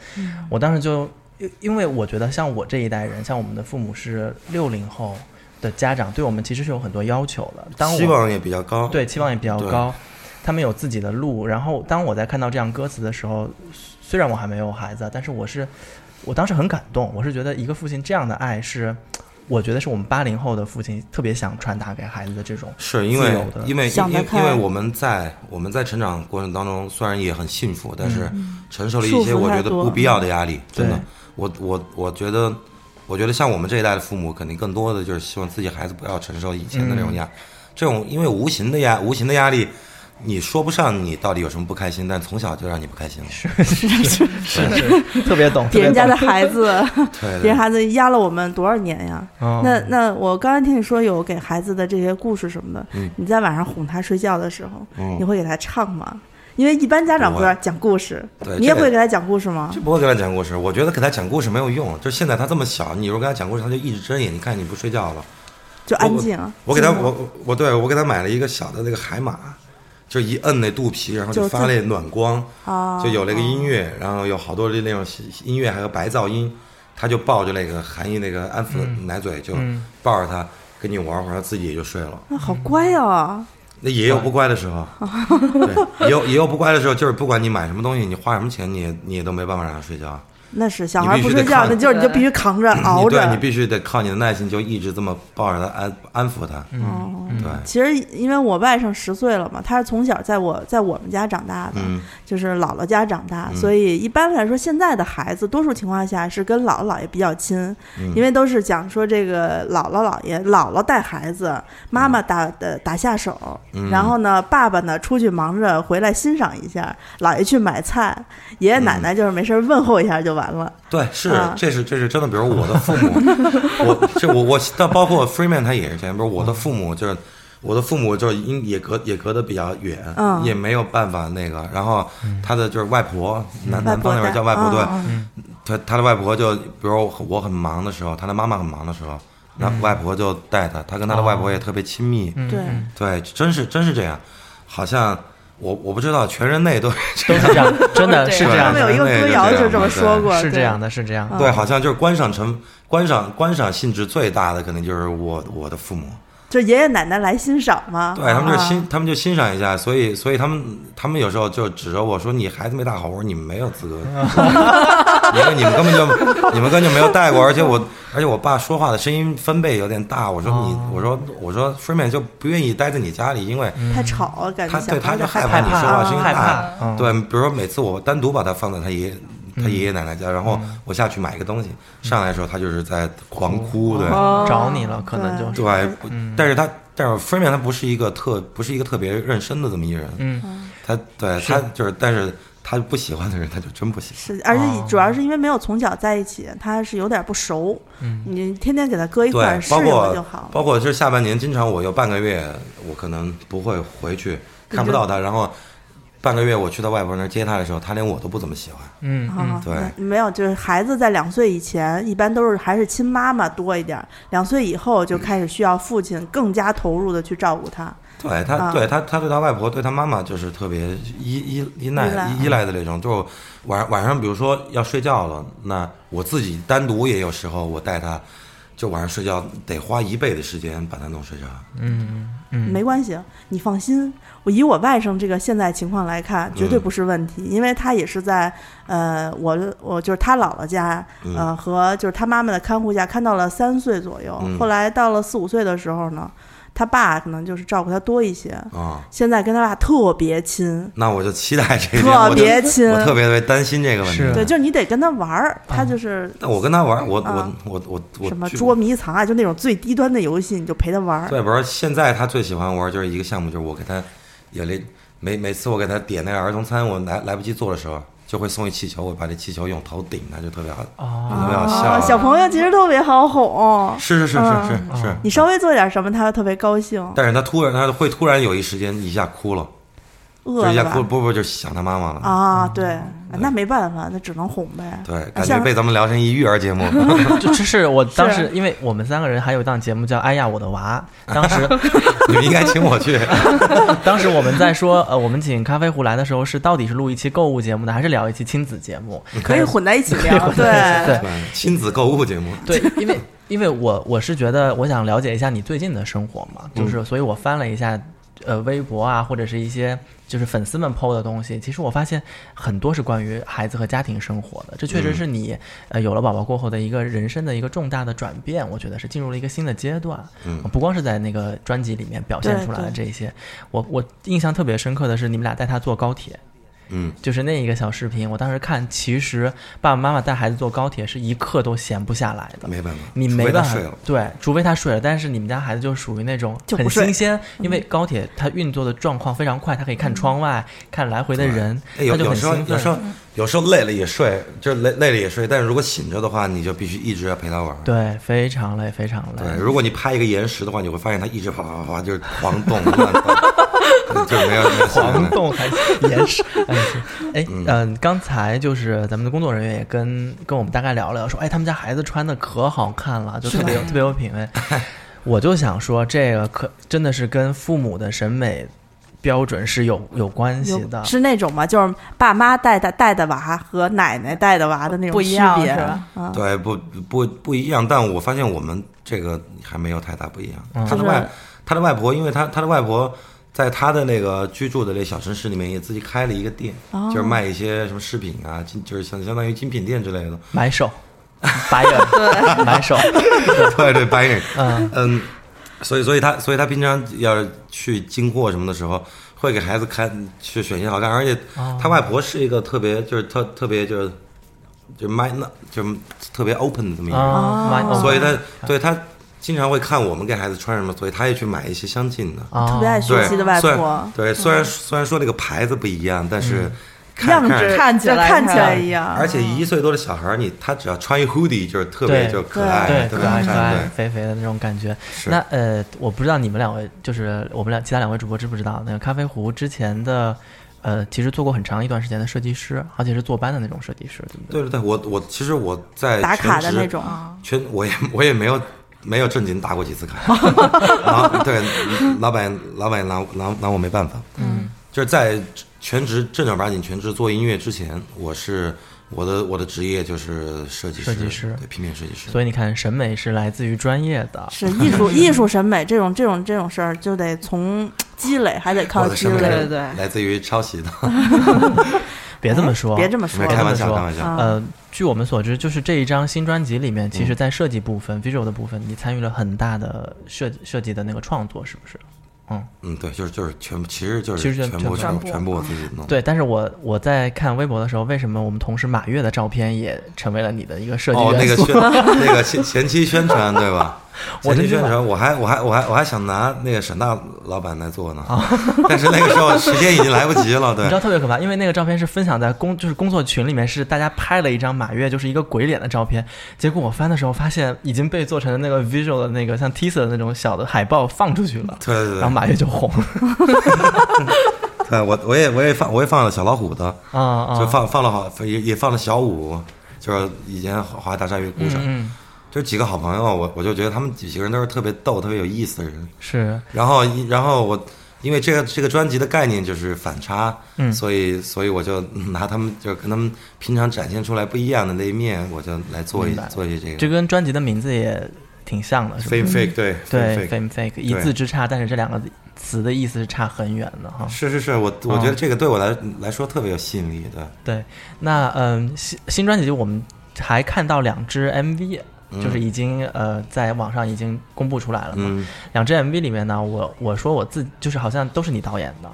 S6: 我当时就，因因为我觉得像我这一代人，像我们的父母是六零后的家长，对我们其实是有很多要求的。当我
S1: 希望也比较高，
S6: 对期望也比较
S1: 对
S6: 高，他们有自己的路。然后当我在看到这样歌词的时候，虽然我还没有孩子啊，但是我是我当时很感动，我是觉得一个父亲这样的爱是，我觉得是我们八零后的父亲特别想传达给孩子的这种
S1: 是因为
S6: 自由的
S1: 因为因
S4: 想得
S1: 为
S4: 开
S1: 因为我们在我们在成长过程当中，虽然也很幸福，但是承受了一
S4: 嗯束
S1: 些
S4: 缚
S1: 我
S4: 太
S1: 觉得
S4: 多嗯
S1: 不必要的压力。真的
S6: 对，
S1: 我我我觉得，我觉得像我们这一代的父母，肯定更多的就是希望自己孩子不要承受以前
S4: 嗯
S1: 的那种压，这种因为无形的压无形的压力。你说不上你到底有什么不开心，但从小就让你不开心了。
S6: 是是特别懂，
S4: 别人
S6: 特
S4: 家
S6: 别
S4: 的孩子，
S1: [laughs] 对
S4: 别
S1: 对
S4: 人孩子压了我们多少年呀？
S6: 懂哦
S4: 那那我刚才听你说有给孩子的这些故事什么的，
S1: 嗯
S4: 你在晚上哄他睡觉的时候，
S1: 嗯
S4: 你会给他唱吗？因为一般家长
S1: 不
S4: 不
S1: 会
S4: 是讲故事
S1: 对，
S4: 你也
S1: 这个
S4: 会给他讲故事吗
S1: 就？不会跟他讲故事。我觉得给他讲故事没有用，就现在他这么小，你如果跟他讲故事，他就一直睁眼，你看你不睡觉了。
S4: 就安静。
S1: 我给他
S4: 真的
S1: 我我我对我给他买了一个小的那个海马，就一摁那肚皮，然后就
S4: 就
S1: 发
S4: 自
S1: 那暖光，
S4: 啊，
S1: 就有那个音乐，然后有好多的那种音乐，还有白噪音，他就抱着那个含义那个安抚
S4: 嗯
S1: 奶嘴，就抱着他跟你玩会儿，他自己也就睡了。
S4: 那好乖哦，
S1: 那也有不乖的
S4: [laughs]
S1: 时候，对，也有也有不乖的时候，就是不管你买什么东西，你花什么钱，你也你也都没办法让他睡觉。
S4: 那是小
S1: 你
S4: 孩
S1: 必
S4: 不
S1: 须
S4: 睡
S1: 得
S4: 觉，
S1: 看
S4: 那就是你就必须扛着熬
S1: 你对
S4: 着
S1: 你。必须得靠你的耐心，就一直这么抱着他安安抚他。
S4: 哦
S6: 嗯
S1: 对，
S4: 其实因为我外甥十岁了嘛，他是从小在我在我们家长大的，
S1: 嗯
S4: 就是姥姥家长大，
S1: 嗯
S4: 所以一般来说，现在的孩子多数情况下是跟姥姥姥爷比较亲，
S1: 嗯
S4: 因为都是讲说这个姥姥姥爷，姥姥带孩子，妈妈打呃打下手，
S1: 嗯
S4: 然后呢，爸爸呢出去忙着回来欣赏一下，姥爷去买菜，爷爷
S1: 嗯
S4: 奶奶就是没事儿问候一下就完了。
S1: 对，是
S4: 啊，
S1: 这是这是真的。比如我的父母，我这我我，但包括 Freeman 他也是这样。比如我的父母就是，我的父母就是因也隔也隔得比较远，
S4: 嗯
S1: 也没有办法那个。然后他的就是外婆，南
S4: 外
S1: 南
S4: 婆
S1: 方那边
S4: 带
S1: 叫外婆，对
S4: 嗯，
S1: 他他的外婆就，比如我我很忙的时候，他的妈妈很忙的时候，那外婆就带他，他跟他的外婆也特别亲密，
S6: 嗯
S4: 对
S6: 嗯
S1: 对，真是真是这样，好像。我我不知道，全人类都是这
S6: 都
S1: 样
S6: 是这样，真的是
S4: [laughs] 对
S6: 这样
S4: 他们有
S6: 的，
S4: 一个歌谣就这么说过，
S6: 是这
S4: 对嗯
S6: 样的，是这样的。
S1: 对，好像就是观赏成观赏观赏性质最大的，可能就是我我的父母，
S4: 就爷爷奶奶来欣赏嘛。
S1: 对他们就
S4: 啊
S1: 欣、他们就欣赏一下，所以所以他们他们有时候就指着我说你孩子没大好，我说你没有资格， [laughs] 因为你们根本就 [laughs] 你们根本就没有带过，而且我而且我爸说话的声音分贝有点大，我说你、我说我说 Freeman 就不愿意待在你家里，因为
S4: 太吵了，感觉
S1: 他
S4: 小
S1: 对
S4: 孩
S1: 他
S4: 儿
S1: 就
S4: 害
S1: 害怕你说
S4: 啊
S1: 话声音
S6: 害
S1: 大
S6: 怕，嗯
S1: 啊对，比如说每次我单独把他放在他爷他爷爷奶奶家，然后
S6: 嗯
S1: 我下去买一个东西，上来的时候他就是在狂哭，对。
S4: 哦
S6: 找你了，可能就是
S1: 对，不
S6: 嗯
S1: 但是他但是 Freeman 他不是一个特不是一个特别认真的这么一人，
S6: 嗯，
S1: 他对他就是，但是他不喜欢的人他就真不喜欢。
S4: 是，而且主
S1: 哦
S4: 要是因为没有从小在一起，他是有点不熟，你天天给他搁一块儿
S1: 嗯对，
S4: 适
S1: 包
S4: 应了就
S1: 括
S4: 好了。
S1: 包括就是下半年，经常我有半个月，我可能不会回去，看不到他，然后半个月我去他外婆那儿接他的时候，他连我都不怎么喜欢。
S6: 嗯嗯
S4: 啊，
S1: 对
S4: 那没有，就是孩子在两岁以前，一般都是还是亲妈妈多一点儿，两岁以后
S1: 嗯
S4: 就开始需要父亲更加投入的去照顾他。
S1: 对他，
S4: 啊
S1: 对他，他对他外婆，对他妈妈就是特别依依依
S4: 依赖
S1: 赖依依赖的那种。就是晚晚上，比如说要睡觉了，那我自己单独也有时候我带他，就晚上睡觉得花一倍的时间把他弄睡着。嗯
S4: 没关系，你放心，我以我外甥这个现在情况来
S1: 嗯
S4: 看，绝对不是问题，因为他也是在呃，我我就是他姥姥家，
S1: 嗯
S4: 呃，和就是他妈妈的看护下看到了三岁左右，
S1: 嗯
S4: 后来到了四五岁的时候呢，他爸可能就是照顾他多一些，
S1: 啊、
S4: 现在跟他爸特别亲，
S1: 那我就期待这一点，
S4: 特别
S1: 哎我就
S4: 亲
S1: 我特别特别担心这个问题。
S6: 是
S4: 对，就是你得跟他玩儿，他就是
S1: 但我跟他玩，我、
S4: 啊
S1: 我我我我
S4: 什么
S1: 巨
S4: 捉迷藏啊，就那种最低端的游戏，你就陪他玩儿。
S1: 对，不是现在他最喜欢玩就是一个项目，就是我给他也来每每次我给他点那个儿童餐，我来来不及做的时候，就会送一气球，我把这气球用头顶他，就特别好，
S6: 哦
S1: 就特别好笑。
S4: 啊，小朋友其实特别好哄，
S1: 是是是
S4: 嗯
S1: 是是是，
S4: 你稍微做点什么，他就特别高兴，
S1: 但是他突然他会突然有一时间一下哭了，
S4: 饿
S1: 就
S4: 了
S1: 一下
S4: 吧
S1: 哭不不就想他妈妈了。
S6: 嗯
S4: 啊，对，啊那没办法，那只能哄呗。
S1: 对，
S4: 啊
S1: 感觉
S4: 像
S1: 被咱们聊成一育儿节目，
S4: [laughs]
S6: 就就是我当时，因为我们三个人还有一档节目叫《哎呀我的娃》，当时
S1: 你们应该请我去。 [laughs]
S6: 当时我们在说，呃，我们请咖啡壶来的时候是到底是录一期购物节目呢，还是聊一期亲子节目？
S4: 可以混在一起聊，对，
S6: 对
S1: 对，亲子购物节目，
S6: 对，因为因为我我是觉得我想了解一下你最近的生活嘛，就是所以我翻了一下，呃，微博啊，或者是一些就是粉丝们 PO 的东西，其实我发现很多是关于孩子和家庭生活的，这确实是你、
S4: 嗯
S6: 呃有了宝宝过后的一个人生的一个重大的转变，我觉得是进入了一个新的阶段，嗯，不光是在那个专辑里面表现
S4: 对
S6: 出来的这
S4: 对
S6: 一些，我我印象特别深刻的是你们俩带他坐高铁，
S1: 嗯，
S6: 就是那一个小视频，我当时看，其实爸爸妈妈带孩子坐高铁是一刻都闲不下来的，
S1: 没办法，
S6: 你
S1: 嗯除
S6: 没
S1: 非他
S6: 办法
S1: 睡了。
S6: 对，除非他睡了，但是你们家孩子就属于那种
S4: 就
S6: 很
S4: 不睡嗯
S6: 新鲜，因为高铁它运作的状况非常快，它可以看窗外，看来回的人，
S1: 哎有
S6: 他就
S1: 有
S6: 很
S1: 时候
S6: 兴
S1: 有时候
S6: 奋。嗯
S1: 有时候累了也睡，就是累累了也睡，但是如果醒着的话，你就必须一直要陪他玩。
S6: 对，非常累，非常累。
S1: 对，如果你拍一个岩石的话，你会发现它一直啪啪啪啪就是狂
S6: [laughs]
S1: 动，乱动就没有没有
S6: 狂动还是延时？哎，哎，嗯、刚才就是咱们的工作人员也跟跟我们大概聊了聊，说，哎，他们家孩子穿的可好看了，就特别有特别有品味。 [laughs] 我就想说，这个可真的是跟父母的审美标准是有有关系的
S4: 有，是那种嘛，就是爸妈带的带的娃和奶奶带的娃的那种
S5: 不一
S4: 区
S5: 样
S4: 别
S5: 是吧，
S4: 嗯，
S1: 对，不不不一样。但我发现我们这个还没有太大不一样。
S6: 嗯
S1: 他的
S4: 就
S6: 啊
S1: 外
S4: 是
S1: 他的外婆，因为他他的外婆在他的那个居住的那小城市里面也自己开了一个店，
S6: 哦
S1: 就是卖一些什么饰品啊，精就是相相当于精品店之类的。
S6: 买手，白
S4: [laughs]
S6: 人，买手，
S1: 对对，白人。
S6: 嗯
S1: 嗯，所以所以他所以他平常要是去进货什么的时候，会给孩子看去选一些好看，而且他外婆是一个特别就是特特别就是就 mind 就是特别 open 的这么一个人，
S6: 啊，买
S4: 哦
S1: 所以他对他经常会看我们给孩子穿什么，所以他也去买一些相近的。
S6: 啊，
S4: 特别爱学
S1: 对，
S4: 习的外
S1: 虽然
S4: 婆，
S1: 对，虽然虽然说这个牌子不一样，但是看
S4: 样
S1: 看嗯
S4: 子
S5: 看起来
S4: 看
S5: 是
S4: 起来一样，
S1: 而且一岁多的小孩儿，你他只要穿一 hoodie 就是特别
S6: 对
S1: 就可爱，
S6: 对，
S1: 特
S6: 可
S1: 别
S6: 爱
S1: 好
S6: 可
S1: 看，对
S6: 爱，。肥肥的那种感觉。
S1: 是
S6: 那呃，我不知道你们两位，就是我们俩其他两位主播知不知道，那个咖啡壶之前的，呃，其实做过很长一段时间的设计师，而且是坐班的那种设计师，对不对？
S1: 对对对，我我其实我在
S4: 打卡的
S1: 全职
S4: 那种，
S5: 啊
S1: 全我也我也没有没有正经打过几次卡，
S4: [laughs]
S1: 然后对老板老板拿拿拿我没办法，嗯，就是在全职正儿八经全职做音乐之前，我是我的我的职业就是设计师，
S6: 设计师
S1: 对平面设计师，
S6: 所以你看，审美是来自于专业的。
S4: 是艺术艺术审美这种这种这种事儿，就得从积累，还得
S1: 我
S4: 靠
S1: 的
S4: 积
S1: 审美
S4: 累。
S5: 对对对
S1: 来自于抄袭的，
S6: 别这么说，
S4: 哎别这么说
S1: 没，开玩笑，开玩笑。
S4: 啊
S6: 呃，据我们所知，就是这一张新专辑里面，
S1: 嗯
S6: 其实在设计部分、visual 的部分，你参与了很大的设设计的那个创作，是不是？嗯，
S1: [laughs] 嗯，对，就是就是全，部，其实就
S6: 其
S1: 是
S6: 实就
S1: 全部
S6: 全
S1: 全
S5: 部
S1: 全部我
S6: 啊
S1: 自己弄。
S6: 对。但是我我在看微博的时候，为什么我们同事马月的照片也成为了你的一个设计
S1: 哦，那
S6: 元
S1: 个
S6: 素？
S1: 宣
S6: [laughs]
S1: 那个前前期宣传对吧？
S6: 我
S1: 前
S6: 真
S1: 期宣
S6: 知道
S1: 传，我还我还我还我还想拿那个沈大老板来做呢，但是那个时候时间已经来不及了，
S6: 你知
S1: 对
S6: 道特别可怕，因为那个照片是分享在工就是工作群里面，是大家拍了一张马月就是一个鬼脸的照片，结果我翻的时候发现已经被做成了那个 visual 的那个像 teaser 的那种小的海报放出去了，
S1: 对对
S6: 然后
S1: 对
S6: 马月就红了
S1: 对，我我也我也放我也放了小老虎的，
S6: 啊啊，
S1: [laughs] 就放放了好也也放了小五，就是以前华大鲨鱼鼓手，
S6: 嗯嗯
S1: 就几个好朋友，我我就觉得他们几个人都是特别逗、特别有意思的人。
S6: 是
S1: 然后一然后我因为这个这个专辑的概念就是反差，
S6: 嗯
S1: 所以所以我就拿他们就跟他们平常展现出来不一样的那一面，我就来做一
S6: 明白
S1: 做一这个
S6: 这跟专辑的名字也挺像的，是吧？
S1: fake fake 对
S6: 对
S1: fake。
S6: ，fame fake 一字之差，但是这两个词的意思是差很远的哈。
S1: 是是是，我我
S6: 嗯
S1: 觉得这个对我来来说特别有吸引力的。
S6: 对，那嗯，新新专辑我们还看到两支 MV，就是已经呃在网上已经公布出来了嘛。
S1: 嗯，
S6: 两支 MV 里面呢，我我说我自就是好像都是你导演的。
S1: 嗯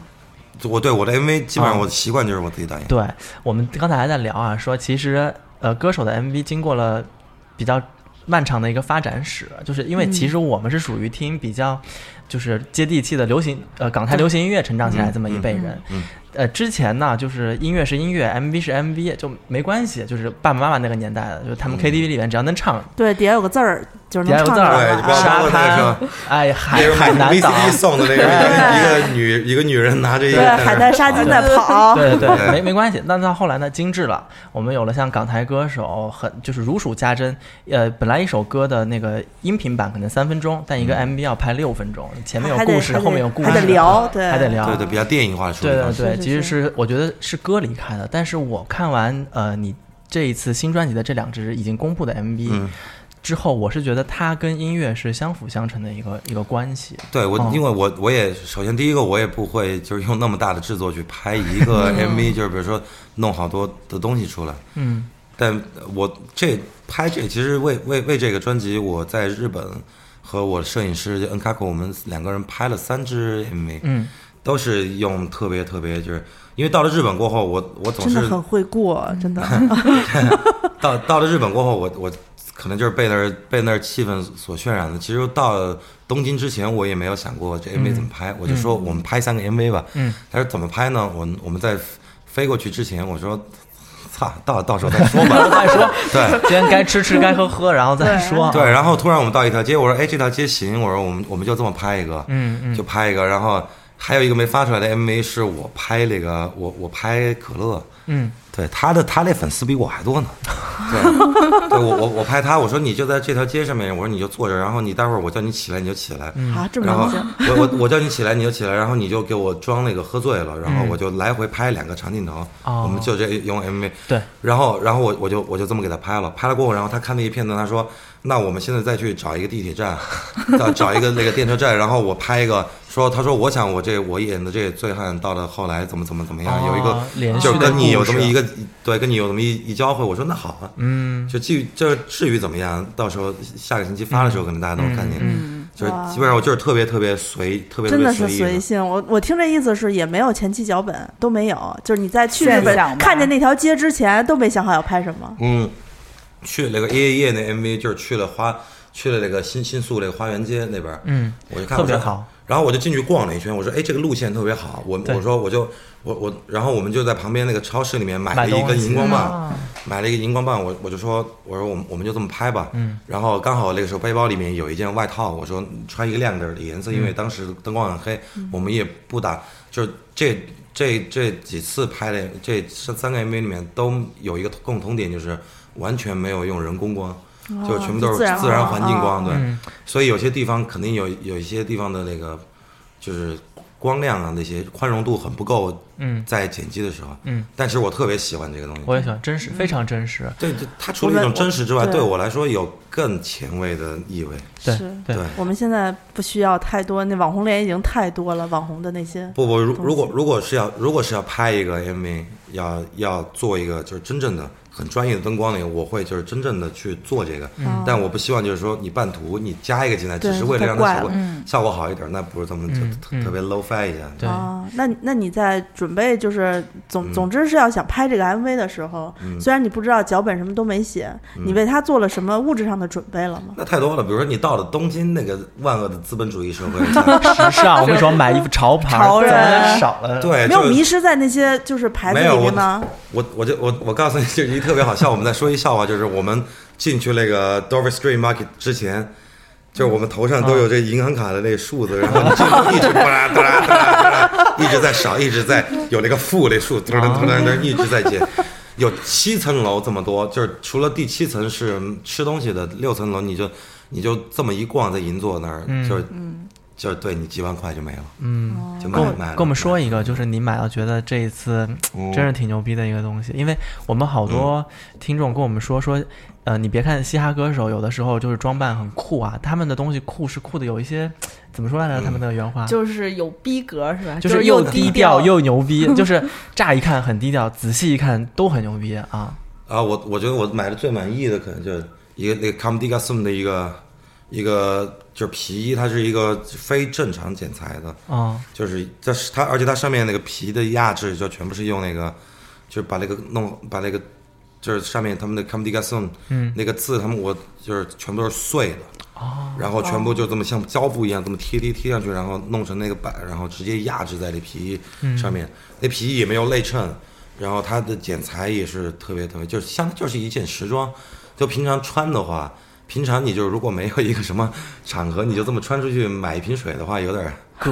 S1: 我对我的 MV 基本上
S6: 嗯
S1: 我的习惯就是我自己导演。
S6: 对我们刚才还在聊啊，说其实呃歌手的 MV 经过了比较漫长的一个发展史，就是因为其实我们是属于听比较就是接地气的流行呃港台流行音乐成长起来这么一辈人。
S1: 嗯嗯
S6: 呃，之前呢，就是音乐是音乐，MV 是 MV，就没关系，就是爸爸妈妈那个年代的，就是
S1: 嗯
S6: 他们 KTV 里面只要能唱，
S4: 对，底下有个字儿，就是
S6: 底下
S4: 能
S6: 有
S4: 唱
S6: 字
S4: 出
S6: 儿
S4: 来
S1: 对，包括
S6: 沙
S1: 那
S4: 啊
S1: 个
S6: 滩
S1: 是吧，
S6: 哎，海
S1: 那是
S6: 海南岛，
S1: VCD 送的那个一个一个女一个女人拿着一个啊
S4: 对，海带纱巾在跑，
S6: 对对
S4: [laughs]
S6: 对，
S1: 对
S6: 没没关系。那到后来呢，精致了，我们有了像港台歌手，很就是如数家珍。呃，本来一首歌的那个音频版可能三分钟，但一个 MV 要拍六分钟，前面有
S4: 嗯还得
S6: 故事，
S4: 还得
S6: 后面有故事，
S4: 还得聊对
S6: 还得聊，
S1: 对对，比较电影化的处理
S6: 对
S1: 方
S6: 对
S1: 式。
S6: 对，
S4: 是
S6: 其实是我觉得是歌离开的，但是我看完呃你这一次新专辑的这两支已经公布的 MV、
S1: 嗯
S6: 之后，我是觉得它跟音乐是相辅相成的一个一个关系。
S1: 对我
S6: 哦，
S1: 因为我我也首先第一个我也不会就是用那么大的制作去拍一个
S4: 嗯
S1: MV，就是比 [laughs] 如说弄好多的东西出来。
S6: 嗯
S1: 但我这拍这其实为为为这个专辑，我在日本和我摄影师恩卡库，我们两个人拍了三支 MV，
S6: 嗯，
S1: 都是用特别特别就是。因为到了日本过后，我我总
S4: 真的
S1: 是嗯
S4: 很会过，真的。
S1: 到到了日本过后，我我可能就是被那儿被那儿气氛所渲染的。其实到了东京之前，我也没有想过这 MV 怎么拍，我就说我们拍三个 MV 吧。
S6: 嗯，
S1: 他说怎么拍呢？我我们在飞过去之前，我说，操，到到时候再
S6: [laughs]
S1: 说吧。
S6: 再说，
S1: 对，
S6: 今天该吃吃，该喝喝，然后再说。啊
S1: 对，然后突然我们到一条街，我说，哎，这条街行，我说我们我们就这么拍一个，
S6: 嗯嗯
S1: 就拍一个。然后还有一个没发出来的 MV 是我拍那个，我我拍可乐，
S6: 嗯，
S1: 对他的他那粉丝比我还多呢。对，对我我我拍他，我说你就在这条街上面，我说你就坐着，然后你待会儿我叫你起来你就起来，
S4: 啊，这么
S1: 然后
S4: 能行，
S1: 我我我叫你起来你就起来，然后你就给我装那个喝醉了，然后我就来回拍两个长镜头，
S6: 哦
S1: 我们就这用 MV。
S6: 对，
S1: 然后然后我我就我就这么给他拍了，拍了过后，然后他看那一片段，他说：“那我们现在再去找一个地铁站， [laughs] 找找一个那个电车站，然后我拍一个。”说，他说，我想我这我演的这醉汉到了后来怎么怎么怎么样，
S6: 哦
S1: 有一个
S6: 连续
S1: 就
S6: 的
S1: 是跟你有
S6: 故事
S1: 这么一个对，跟你有这么一一交汇。我说那好啊，
S6: 嗯，
S1: 就至于这至于怎么样，到时候下个星期发的时候，可能大家都能看见。
S6: 嗯
S1: 就是
S4: 哇
S1: 基本上我就是特别特别随，特别
S4: 真
S1: 特别
S4: 的是
S1: 随意的
S4: 随性。我我听这意思是也没有前期脚本，都没有，就是你在去日
S5: 现
S4: 本
S5: 想吧
S4: 看见那条街之前都没想好要拍什么。
S1: 嗯，去那个夜夜那 MV 就是去了花，去了那个新新宿那个花园街那边儿，
S6: 嗯，
S1: 我就看
S6: 特别
S1: 我说
S6: 好，
S1: 然后我就进去逛了一圈，我说哎这个路线特别好，我
S6: 对
S1: 我说我就我我，然后我们就在旁边那个超市里面买
S6: 买
S1: 了一
S6: 东
S1: 根
S6: 西
S1: 荧光棒
S6: 啊，
S1: 买了一个荧光棒，我我就说我说我们我们就这么拍吧，嗯，然后刚好那个时候背包里面有一件外套，我说穿一个亮点儿的颜色，因为当时灯光很黑，我们也不打，就是这。这这几次拍的这三三个 MV 里面都有一个共同点，就是完全没有用人工光，哦就全部都是
S4: 自然
S1: 自然环境嗯
S4: 光
S1: 光，对。
S6: 嗯
S1: 所以有些地方肯定有有一些地方的那个就是光亮啊那些宽容度很不够
S6: 嗯
S1: 在剪辑的时候，
S6: 嗯，
S1: 但是我特别喜欢这个东西。
S6: 我也喜欢，真实，非常真实。
S1: 对，就它除了一种真实之外，
S4: 我们
S1: 对
S4: 我
S1: 我来说有更前卫的意味。
S6: 对
S4: 是
S6: 对
S1: 对，
S4: 我们现在不需要太多，那网红脸已经太多了，网红的那些，
S1: 不不，如如果如果是要如果是要拍一个 MV，要要做一个就是真正的很专业的灯光那个，我会就是真正的去做这个。
S4: 嗯
S1: 但我不希望就是说你半途你加一个进来，
S4: 对
S1: 只是为了让它
S4: 太
S1: 效
S4: 怪
S1: 果
S4: 了嗯
S1: 效果好一点，那不是这么就
S6: 嗯
S1: 特
S6: 嗯
S1: 特别 low fi 一下。
S6: 对
S4: 啊，那你那你在准备就是总
S1: 嗯
S4: 总之是要想拍这个 MV 的时候，
S1: 嗯
S4: 虽然你不知道脚本什么都没写，你为他做了什么物质上的准备了吗？
S1: 那太多了，比如说你到了东京那个万恶的资本主
S4: [laughs]
S1: 义社会，
S6: 时尚，我跟你说，买衣服潮牌
S5: 潮
S6: 怎么
S4: 人
S6: 少了？，
S1: 对，
S4: 没有
S1: 就
S4: 迷失在那些就是牌子
S1: 没有
S4: 里
S1: 我
S4: 面吗？
S1: 我我就我我告诉你，就是一特别好笑。我们在说一笑话，就是我们进去那个 Dover Street Market 之前，就是我们头上
S4: 嗯
S1: 都有这银行卡的那个数字，然后你就一直哒啦哒啦哒啦哒啦，一直在少，一直在有那个负那数，嘟嘟嘟嘟嘟，一直在减。有七层楼这么多，就是除了第七层是吃东西的，六层楼你就你就这么一逛，在银座那儿，就是
S4: 嗯
S1: 就是对你几万块就没了，
S6: 嗯，
S4: 哦
S1: 就
S6: 跟
S1: 买
S6: 我
S1: 买了。
S6: 跟我们说一个，就是你买了觉得这一次
S1: 嗯，
S6: 真是挺牛逼的一个东西，因为我们好多听众跟我们说说，呃，你别看嘻哈歌手有的时候就是装扮很酷啊，他们的东西酷是酷的有一些怎么说来着？
S1: 嗯
S6: 他们的原话
S5: 就是有逼格是吧？
S6: 就是是
S5: 又
S6: 低
S5: 调
S6: 又牛逼，就是乍一看很低调，仔细一看都很牛逼啊。
S1: 啊，我我觉得我买的最满意的可能就是一个那个 Comedy g a s u m 的一个一个就是皮衣，它是一个非正常剪裁的，
S6: 嗯
S1: 就是它是它，而且它上面那个皮的压制就全部是用那个，就是把那个弄把那个就是上面他们的 Comedy g a s u m
S6: 嗯
S1: 那个字他们我就是全部都是碎的，
S6: 哦，
S1: 然后全部就这么像胶布一样这么贴贴贴上去，然后弄成那个板，然后直接压制在那皮衣上
S6: 嗯
S1: 面，那皮衣也没有内衬，然后它的剪裁也是特别特别，就是像就是一件时装，就平常穿的话。平常你就如果没有一个什么场合，你就这么穿出去买一瓶水的话，有点儿
S6: 哥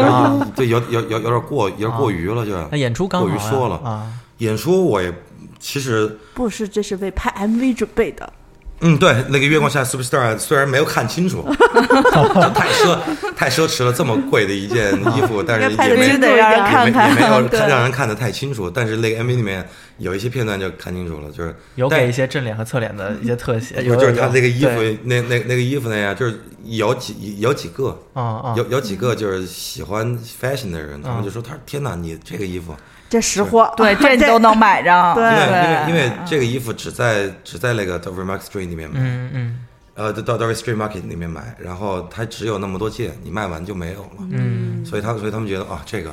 S6: 啊，
S1: [laughs] 对，有有有有点过，有点
S6: 哦
S1: 过于了，就是。
S6: 那演出刚好
S1: 过于
S6: 呀
S1: 说了
S6: 啊，
S1: 演出我也其实，
S4: 不是，这是为拍 MV 准备的。
S1: 嗯，对，那个月光下 Superstar 虽然没有看清楚，就太奢太奢侈了，这么贵的一件衣服，但是
S4: 应该拍
S1: 也
S4: 得
S1: 没
S4: 清
S1: 也
S4: 楚
S5: 得让人啊看
S1: 没也没有
S5: 看，
S1: 看
S5: [laughs] 对
S1: 让人看得太清楚。但是那个 MV 里面有一些片段就看清楚了，就是
S6: 有
S1: 但
S6: 给一些正脸和侧脸的一些特写，
S1: 不
S6: 有
S1: 是就是他
S6: 有
S1: 那个衣服
S6: 对，
S1: 那那那个衣服那样，就是有几有几个。
S6: 啊啊，
S1: 有有几个就是喜欢 fashion 的人，他们就说：“他说天哪，你这个衣服，
S4: 这识货， [laughs]
S5: 对，这你都能
S1: [laughs]
S5: 买着。
S4: 对
S1: 因为
S5: 对
S1: 因为因为这个衣服只在只在那个 Dover Market Street 里面买，
S6: 嗯嗯
S1: 呃，到 Dover Street Market 里面买，然后它只有那么多件，你卖完就没有了，
S6: 嗯，
S1: 所以他所以他们觉得啊，这个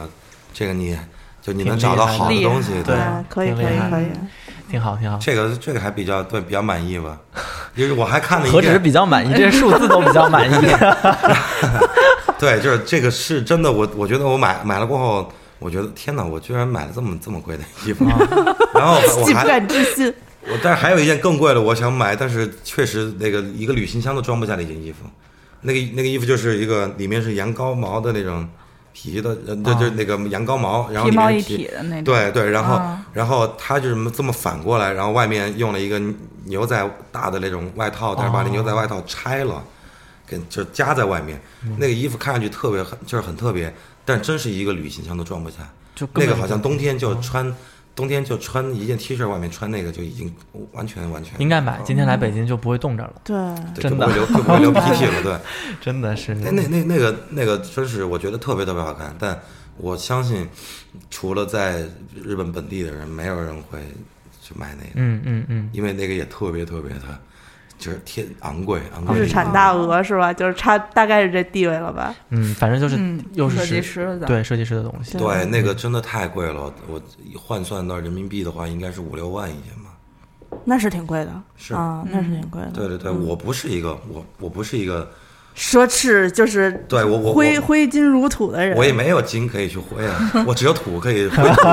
S1: 这个你就你
S6: 挺
S1: 能找到
S6: 厉害的
S1: 好的
S5: 厉
S1: 东西，
S6: 对
S4: 啊可以
S6: 挺
S4: 可
S6: 厉
S4: 以
S6: 害
S4: 可以。
S6: 挺好挺好。
S1: 这个这个还比较对比较满
S6: [laughs]
S1: 意吧，因为我还看了一
S6: 何止是
S1: 件，
S6: 比较满意，这数字都比较满
S1: [laughs]
S6: 意。
S1: 对，就是这个是真的，我我觉得我买买了过后，我觉得天哪，我居然买了这么这么贵的衣
S6: 啊
S1: 服，
S6: [laughs]
S1: 然后我
S4: 既不
S1: 还
S4: 敢置信，
S1: 我但是还有一件更贵的，我想买，但是确实那个一个旅行箱都装不下的一件衣服，那个那个衣服就是一个里面是羊羔毛的那种皮的，呃，就就那个羊羔毛，然后
S5: 哦皮
S1: 里
S5: 毛
S1: 面
S5: 一
S1: 是皮
S5: 体的那种。
S1: 对对，然后、
S5: 啊
S1: 然后它就是这么反过来，然后外面用了一个牛仔大的那种外套，但是把那牛
S5: 哦
S1: 仔外套拆了，给就夹在外面，
S5: 嗯
S1: 那个衣服看上去特别很就是很特别，但真是一个旅行箱都装不下。
S6: 就嗯根
S1: 那
S6: 本
S1: 个好像冬天就穿，冬天就穿一件 T 恤，外面穿那个就已经完全完全
S6: 应该买，今天来北京就不会冻着了，
S4: 对，
S1: 对，
S6: 真
S1: 就
S6: 的
S1: 不会流就不会流鼻涕
S6: [laughs]
S1: 了。对，
S6: 真的是。
S1: 那那那那个那个真是我觉得特别特别好看，但我相信除了在日本本地的人，没有人会去买那个，
S6: 嗯嗯嗯，
S1: 因为那个也特别特别的，就是天昂贵昂贵。
S4: 日产大鹅是吧？就是差大概是这地位了吧？
S6: 嗯，反正就是
S5: 嗯
S6: 又是
S5: 设计师的
S6: 对设计师的东西，
S1: 对，那个真的太贵了，我换算到人民币的话，应该是五六万一件吧。
S4: 那是挺贵的，
S1: 是
S4: 啊，那是挺贵的。
S1: 对对对，
S6: 嗯
S1: 我不是一个我我不是一个，
S4: 奢侈就是
S1: 对我我我
S4: 挥挥金如土的人，
S1: 我也没有金可以去挥啊， [laughs] 我只有土可以挥土，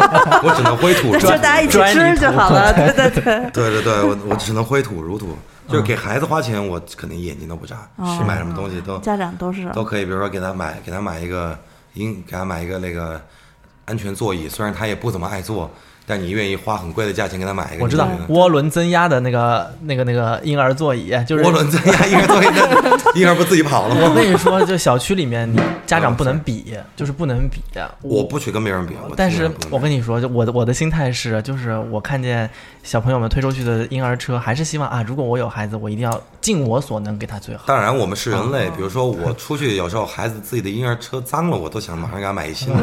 S1: 我只能挥土
S4: 那
S1: 如
S4: 就
S1: 土。
S4: 大家一起
S6: 专专
S4: 吃
S6: 一
S4: 就
S6: 图
S4: 好了。对对对，
S1: [laughs] 对对对，我我只能挥土如土，
S6: 嗯
S1: 就是给孩子花钱，我肯定眼睛都不眨，去买什么东西都
S4: 家长都哦是
S1: 都可以，比如说给他买给他买一个应给他买一个那个安全座椅，虽然他也不怎么爱坐，但你愿意花很贵的价钱给他买一个。
S6: 我知道
S1: 你觉 [laughs] 得
S6: 涡轮增压的那个、那个、那个婴儿座椅，就是
S1: 涡轮增压婴儿座椅，那婴儿不自己跑了
S6: 我
S1: 吗？
S6: 跟你说，就小区里面，你家长不能
S1: [laughs]
S6: 比，就是不能比。
S1: 我不许跟别人比，我
S6: 但是我
S1: 我
S6: 跟你说，就我的我的心态是，就是我看见小朋友们推出去的婴儿车，还是希望啊，如果我有孩子，我一定要尽我所能给他最好。
S1: 当然我们是人类，比如说我出去有时候孩子自己的婴儿车脏了，我都想马上给他买一新的。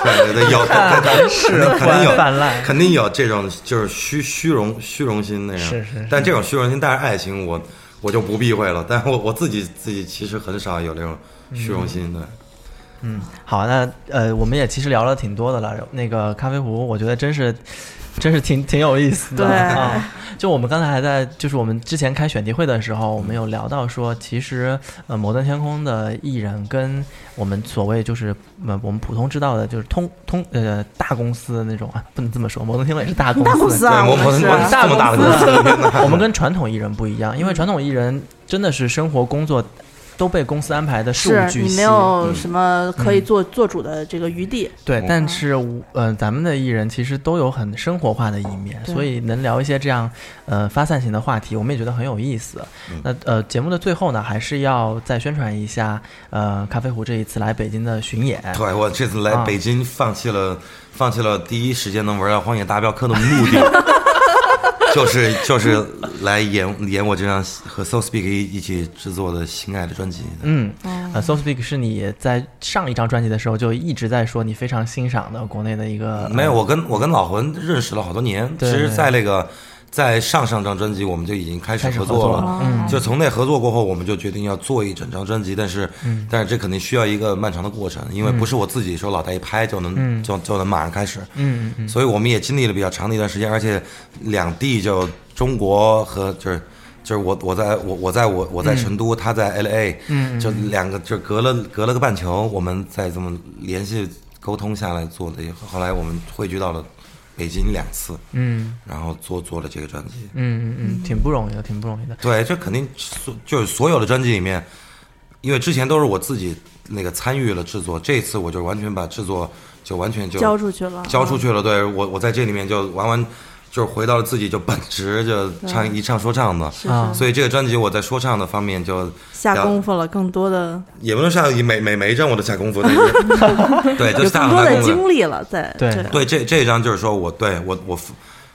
S1: 对对对，有对对对
S6: 是
S1: 肯定肯定有
S6: 泛滥
S1: 肯定有这种就是虚虚荣虚荣心那样。
S6: 是是是
S1: 但这种虚荣心带着爱情我，我就不避讳了。但我我自己自己其实很少有这种虚荣心的。
S6: 好，那呃，我们也其实聊了挺多的了。那个咖啡壶，我觉得真是，真是挺挺有意思的。
S4: 对
S6: 啊，就我们刚才还在，就是我们之前开选题会的时候，我们有聊到说，其实呃，摩登天空的艺人跟我们所谓就是呃我们普通知道的，就是通通呃大公司的那种啊，不能这么说，摩登天空也是大公司，
S4: 大公司啊，
S1: 对
S4: 我
S1: 我我
S4: 们是
S1: 我这么大的公司，
S6: 我们跟传统艺人不一样，因为传统艺人真的是生活工作都被公司安排的事无
S4: 是
S6: 巨
S4: 你
S6: 细
S4: 没。有什么可以做做主的这个余地，
S6: 对
S1: 嗯，
S6: 但是我呃，咱们的艺人其实都有很生活化的一面，
S4: 对
S6: 所以能聊一些这样呃发散型的话题，我们也觉得很有意思。
S1: 嗯
S6: 那呃，节目的最后呢，还是要再宣传一下呃咖啡壶这一次来北京的巡演。
S1: [laughs] 对，我这次来
S6: 啊
S1: 北京，放弃了、放弃了第一时间能玩到《荒野大镖客》的目
S6: [laughs]
S1: 的，就是就是来演演我这张和 So Speak 一一起制作的《心爱的专辑》。
S6: 嗯，
S4: 哦
S6: 呃，So Speak 是你在上一张专辑的时候就一直在说你非常欣赏的国内的一个嗯
S1: 没有，我跟我跟老魂认识了好多年，其
S6: 对
S1: 实，在那个在上上张专辑我们就已经开始
S6: 开始
S1: 合
S6: 合
S1: 作
S6: 作
S1: 了。
S6: 了，嗯，
S1: 就从那合作过后，我们就决定要做一整张专辑，但是，
S6: 嗯
S1: 但是这肯定需要一个漫长的过程，因为不是我自己说老大一拍就能、就就能马上开始，
S6: 嗯
S1: 所以我们也经历了比较长的一段时间，而且两地就中国和就是就是我我在我我在我
S6: 嗯
S1: 我在成都，他在 L A，嗯，就两个就隔了隔了个半球，我们再这么联系沟通下来做的，后来我们汇聚到了北京两次，
S6: 嗯。
S1: 然后做做了这个专辑，
S6: 嗯嗯嗯，挺不容易的，挺不容易的。
S1: 对，这肯定所就是所有的专辑里面，因为之前都是我自己那个参与了制作，这次我就完全把制作就完全就
S4: 交出去了，啊
S1: 交出去了。对我，我在这里面就完完就是回到了自己就本职，就唱一唱说唱的。
S4: 是
S6: 啊
S4: 是
S1: 所以这个专辑我在说唱的方面就
S4: 下
S1: 了
S4: 功夫了，更多的
S1: 也不能上每每每一张我都下功
S4: [laughs]
S1: 夫，但是对，就
S4: 有
S1: 下
S4: 更多
S1: 了大
S4: 的
S1: 功夫。
S4: 精力了，在
S6: 对
S4: 这个
S1: 对，这这一张就是说我对我我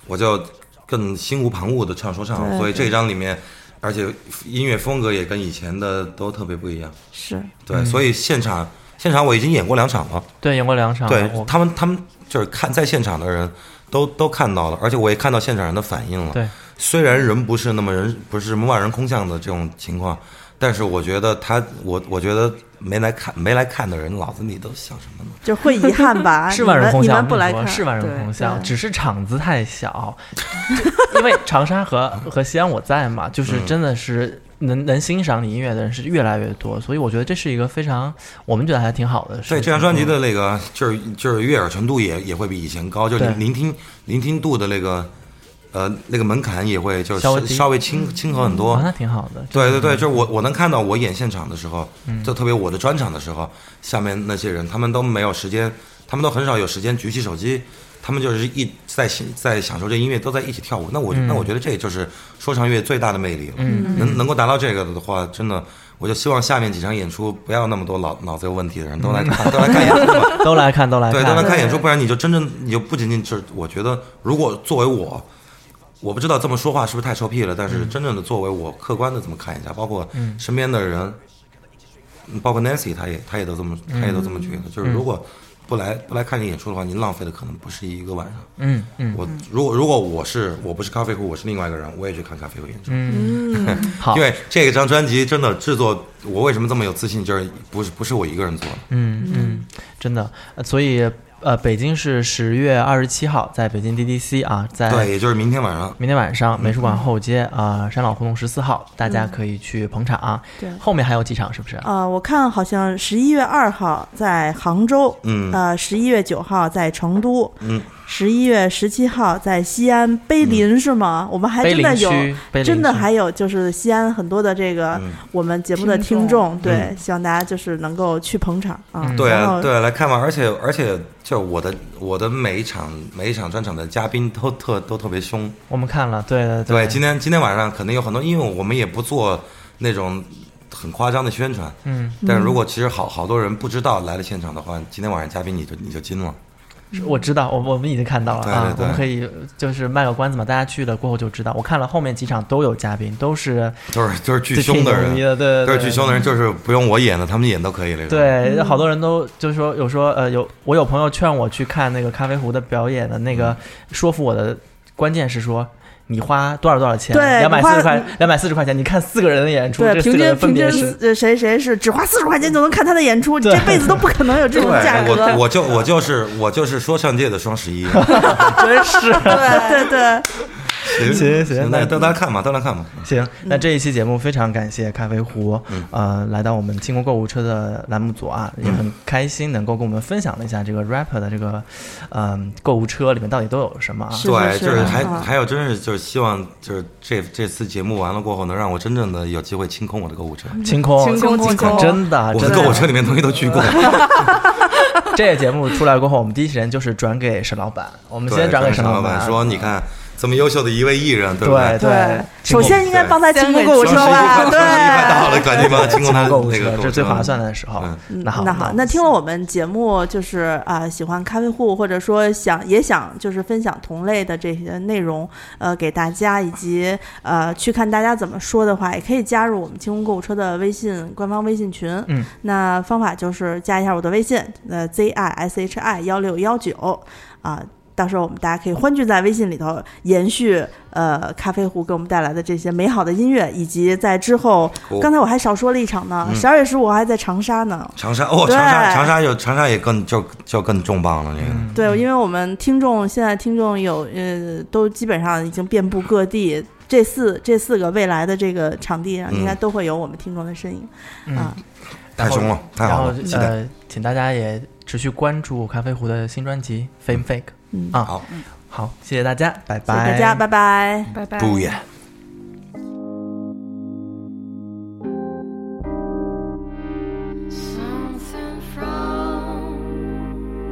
S1: 我就更心无旁骛的唱说唱，
S4: 对
S1: 所以这一张里面，而且音乐风格也跟以前的都特别不一样。
S4: 是 [laughs]
S1: 对，所以现场现场我已经演过两场了。
S6: 对，演过两场，
S1: 对
S6: 啊我
S1: 他们，他们就是看在现场的人都都看到了，而且我也看到现场人的反应了。
S6: 对，
S1: 虽然人不是那么人不是万人空巷的这种情况，但是我觉得他，我我觉得没来看没来看的人，老子你都想什么呢？
S4: 就会遗憾吧？
S6: 是万人空
S4: 啊你们你
S6: 巷，
S4: 们不来
S6: 我跟
S4: 看
S6: 你说是万人
S5: 对
S6: 空巷，
S4: 对
S6: 只是场子太小，就因为长沙和和西安我在嘛，就是
S1: 嗯
S6: 真的是能能欣赏你音乐的人是越来越多，所以我觉得这是一个非常我们觉得还挺好的嗯事情。
S1: 所以这张专辑的那个就是就是悦耳程度也也会比以前高，就是
S6: 对
S1: 聆听聆听度的那个呃那个门槛也会就是
S6: 稍微
S1: 稍
S6: 低
S1: 稍微轻轻和很多。
S6: 哦，那挺好的。
S1: 对对对，就是我我能看到我演现场的时候，就特别我的专场的时候，下面那些人他们都没有时间，他们都很少有时间举起手机，他们就是一在享在享受这音乐，都在一起跳舞。那我、那我觉得这就是说唱乐最大的魅力了。能能够达到这个的话，真的，我就希望下面几场演出不要那么多脑脑子有问题的人都来看，都来看演出吧。
S6: 都来啊看，都来
S1: 对，都来
S6: 看。
S1: 看演出，不然你就真正你就不仅仅只，我觉得如果作为我，我不知道这么说话是不是太臭屁了，但
S6: 嗯
S1: 是真正的作为我客观的这么看一下，包括身边的人，嗯包括 Nancy，她也她也都这么，
S6: 嗯
S1: 她也都这么觉得，就是如果不来不来看你演出的话，你浪费的可能不是一个晚上。
S6: 嗯嗯，
S1: 我如果如果我是我不是咖啡壶，我是另外一个人，我也去看咖啡壶演出。
S6: 好
S1: 因，为这张专辑真的制作，我为什么这么有自信，就是不是不是我一个人做的。
S6: 嗯嗯，真的，呃所以呃，北京是十月二十七号在北京 DDC 啊，在
S1: 对，也就是明天晚上，
S6: 明天晚上美术
S4: 嗯
S6: 馆后街啊、呃山老胡同十四号，大家可以去捧场、啊
S4: 对
S6: 后面还有几场是不是？
S4: 呃，我看好像十一月二号在杭州，
S1: 嗯
S4: 呃，十一月九号在成都，
S1: 嗯，
S4: 十一月十七号在西安碑林是吗？我们还
S6: 碑
S4: 哎真的
S6: 林
S4: 有，
S6: 区，碑林
S4: 真的
S6: 区
S4: 还有就是西安很多的这个
S1: 嗯
S4: 我们节目的
S5: 听
S4: 听众，
S5: 众
S4: 对，
S1: 嗯
S4: 希望大家就是能够去捧场啊。
S6: 嗯
S1: 对
S4: 然后
S1: 对，来看吧。而且而且，就我的我的每一场每一场专场的嘉宾都特都特别凶。
S6: 我们看了，对对
S1: 对，今天今天晚上肯定有很多，因为我们也不做那种很夸张的宣传。
S6: 嗯，
S1: 但是如果其实好好多人不知道来了现场的话，今天晚上嘉宾你就你就惊了。
S6: 是我知道，我我们已经看到了
S1: 对
S6: 啊
S1: 对，对
S6: 我们可以就是卖个关子嘛，大家去了过后就知道。我看了后面几场都有嘉宾，都是
S1: 都是都是巨
S6: 最
S1: 凶的
S6: 挺牛
S1: 人
S6: 逼，的，对
S1: 都
S6: 对
S1: 是
S6: 对，
S1: 巨凶的人，就是不用我演的，他们演都可以那种。，
S6: 对，好
S4: 嗯
S6: 多人都就是说有说呃有我有朋友劝我去看那个咖啡壶的表演的那
S1: 嗯
S6: 个，说服我的关键是说。你花多少多少钱？
S4: 对
S6: 两百
S4: 你
S6: 四
S4: 花
S6: 十块，两百四十块钱，你看四个人的演出，
S4: 对
S6: 这四
S4: 平
S6: 个
S4: 均
S6: 人分
S4: 平
S6: 别
S4: 均
S6: 是，
S4: 呃谁谁是只花四十块钱就能看他的演出，你
S6: 对
S4: 这辈子都不可能有这
S1: 对
S4: 种价格。
S1: 我我就我就是我就是说唱界的双十一。
S6: 真是。
S4: 对对对，
S1: 行
S6: 行行
S1: 那
S6: 那
S1: 大家看吧，大家看吧。
S6: 行，
S1: 嗯
S6: 那这一期节目非常感谢咖啡壶，呃，来到我们清空购物车的栏目组啊，
S1: 嗯
S6: 也很开心能够跟我们分享了一下这个 rapper 的这个，嗯、购物车里面到底都有什么啊？
S4: 是
S1: 对，就是
S4: 是
S1: 还
S4: 啊
S1: 还有，真是就是希望就是这这次节目完了过后，能让我真正的有机会清空我的购物车。
S6: 清空，
S5: 清空清空
S6: 真的，
S1: 我
S6: 啊真
S1: 的
S6: 的
S1: 购物车里面东西
S6: [laughs]
S1: 都去过，
S6: 这节目出来过后，我们第一时间就是转给沈老板，我们
S1: 对
S6: 先转给
S1: 沈
S6: 沈
S1: 老
S6: 板
S1: 板说，你看这么优秀的一位艺人，对不
S6: 对
S1: 对？
S4: 对，
S6: 清
S4: 首
S6: 空
S4: 先应该帮他清空购物
S1: 双
S4: 车
S1: 十一
S4: 吧，
S1: 快，
S4: 对
S1: 双。十一快到了，赶紧帮他清空他
S6: 清
S1: 的
S6: 购物
S1: 那
S6: 车
S1: 个购物车，
S6: 这是最划算的时候
S1: 嗯。
S4: 嗯
S6: 那好，
S4: 那好，那听了我们节目，就是啊、喜欢咖啡户，或者说想也想就是分享同类的这些内容，呃，给大家，以及呃，去看大家怎么说的话，也可以加入我们清空购物车的微信官方微信群。
S6: 嗯，
S4: 那方法就是加一下我的微信，呃，z i s h i 幺六幺九啊。到时候我们大家可以欢聚在微信里头，延续呃咖啡壶给我们带来的这些美好的音乐，以及在之后，
S6: 哦
S1: Cool
S4: 刚才我还少说了一场
S6: 嗯
S4: 呢，十二、月十五号还在长沙呢，
S1: 长沙哦，
S4: 对
S1: 长沙长沙有长沙也更就就更重磅了，这
S6: 嗯
S1: 个。
S4: 对，因为我们听众现在听众有呃，都基本上已经遍布各地。这四这四个未来的这个场地上，
S1: 嗯
S4: 应该都会有我们听众的身影、
S6: 嗯
S4: 啊。
S1: 太凶了，太
S6: 然
S1: 好
S6: 后
S1: 了，期待。
S6: 呃，请大家也持续关注咖啡壶的新专辑《Fame Fake》
S4: 嗯
S6: 啊。
S1: 好，
S6: 好，谢谢大家，拜
S4: 谢谢
S6: 拜，
S4: 大家，拜拜。
S5: 拜拜。
S1: 不远。
S3: Something from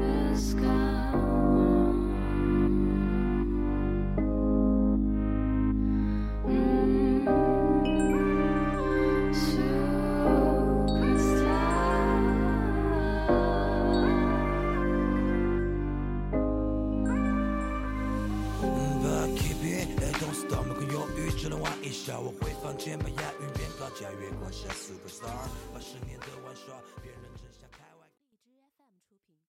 S3: the sky Mm.
S2: But keep it, it don't stop me，可忧郁只能玩一下，我会放肩把押韵变高，加月光下 superstar，把十年的玩耍，别人。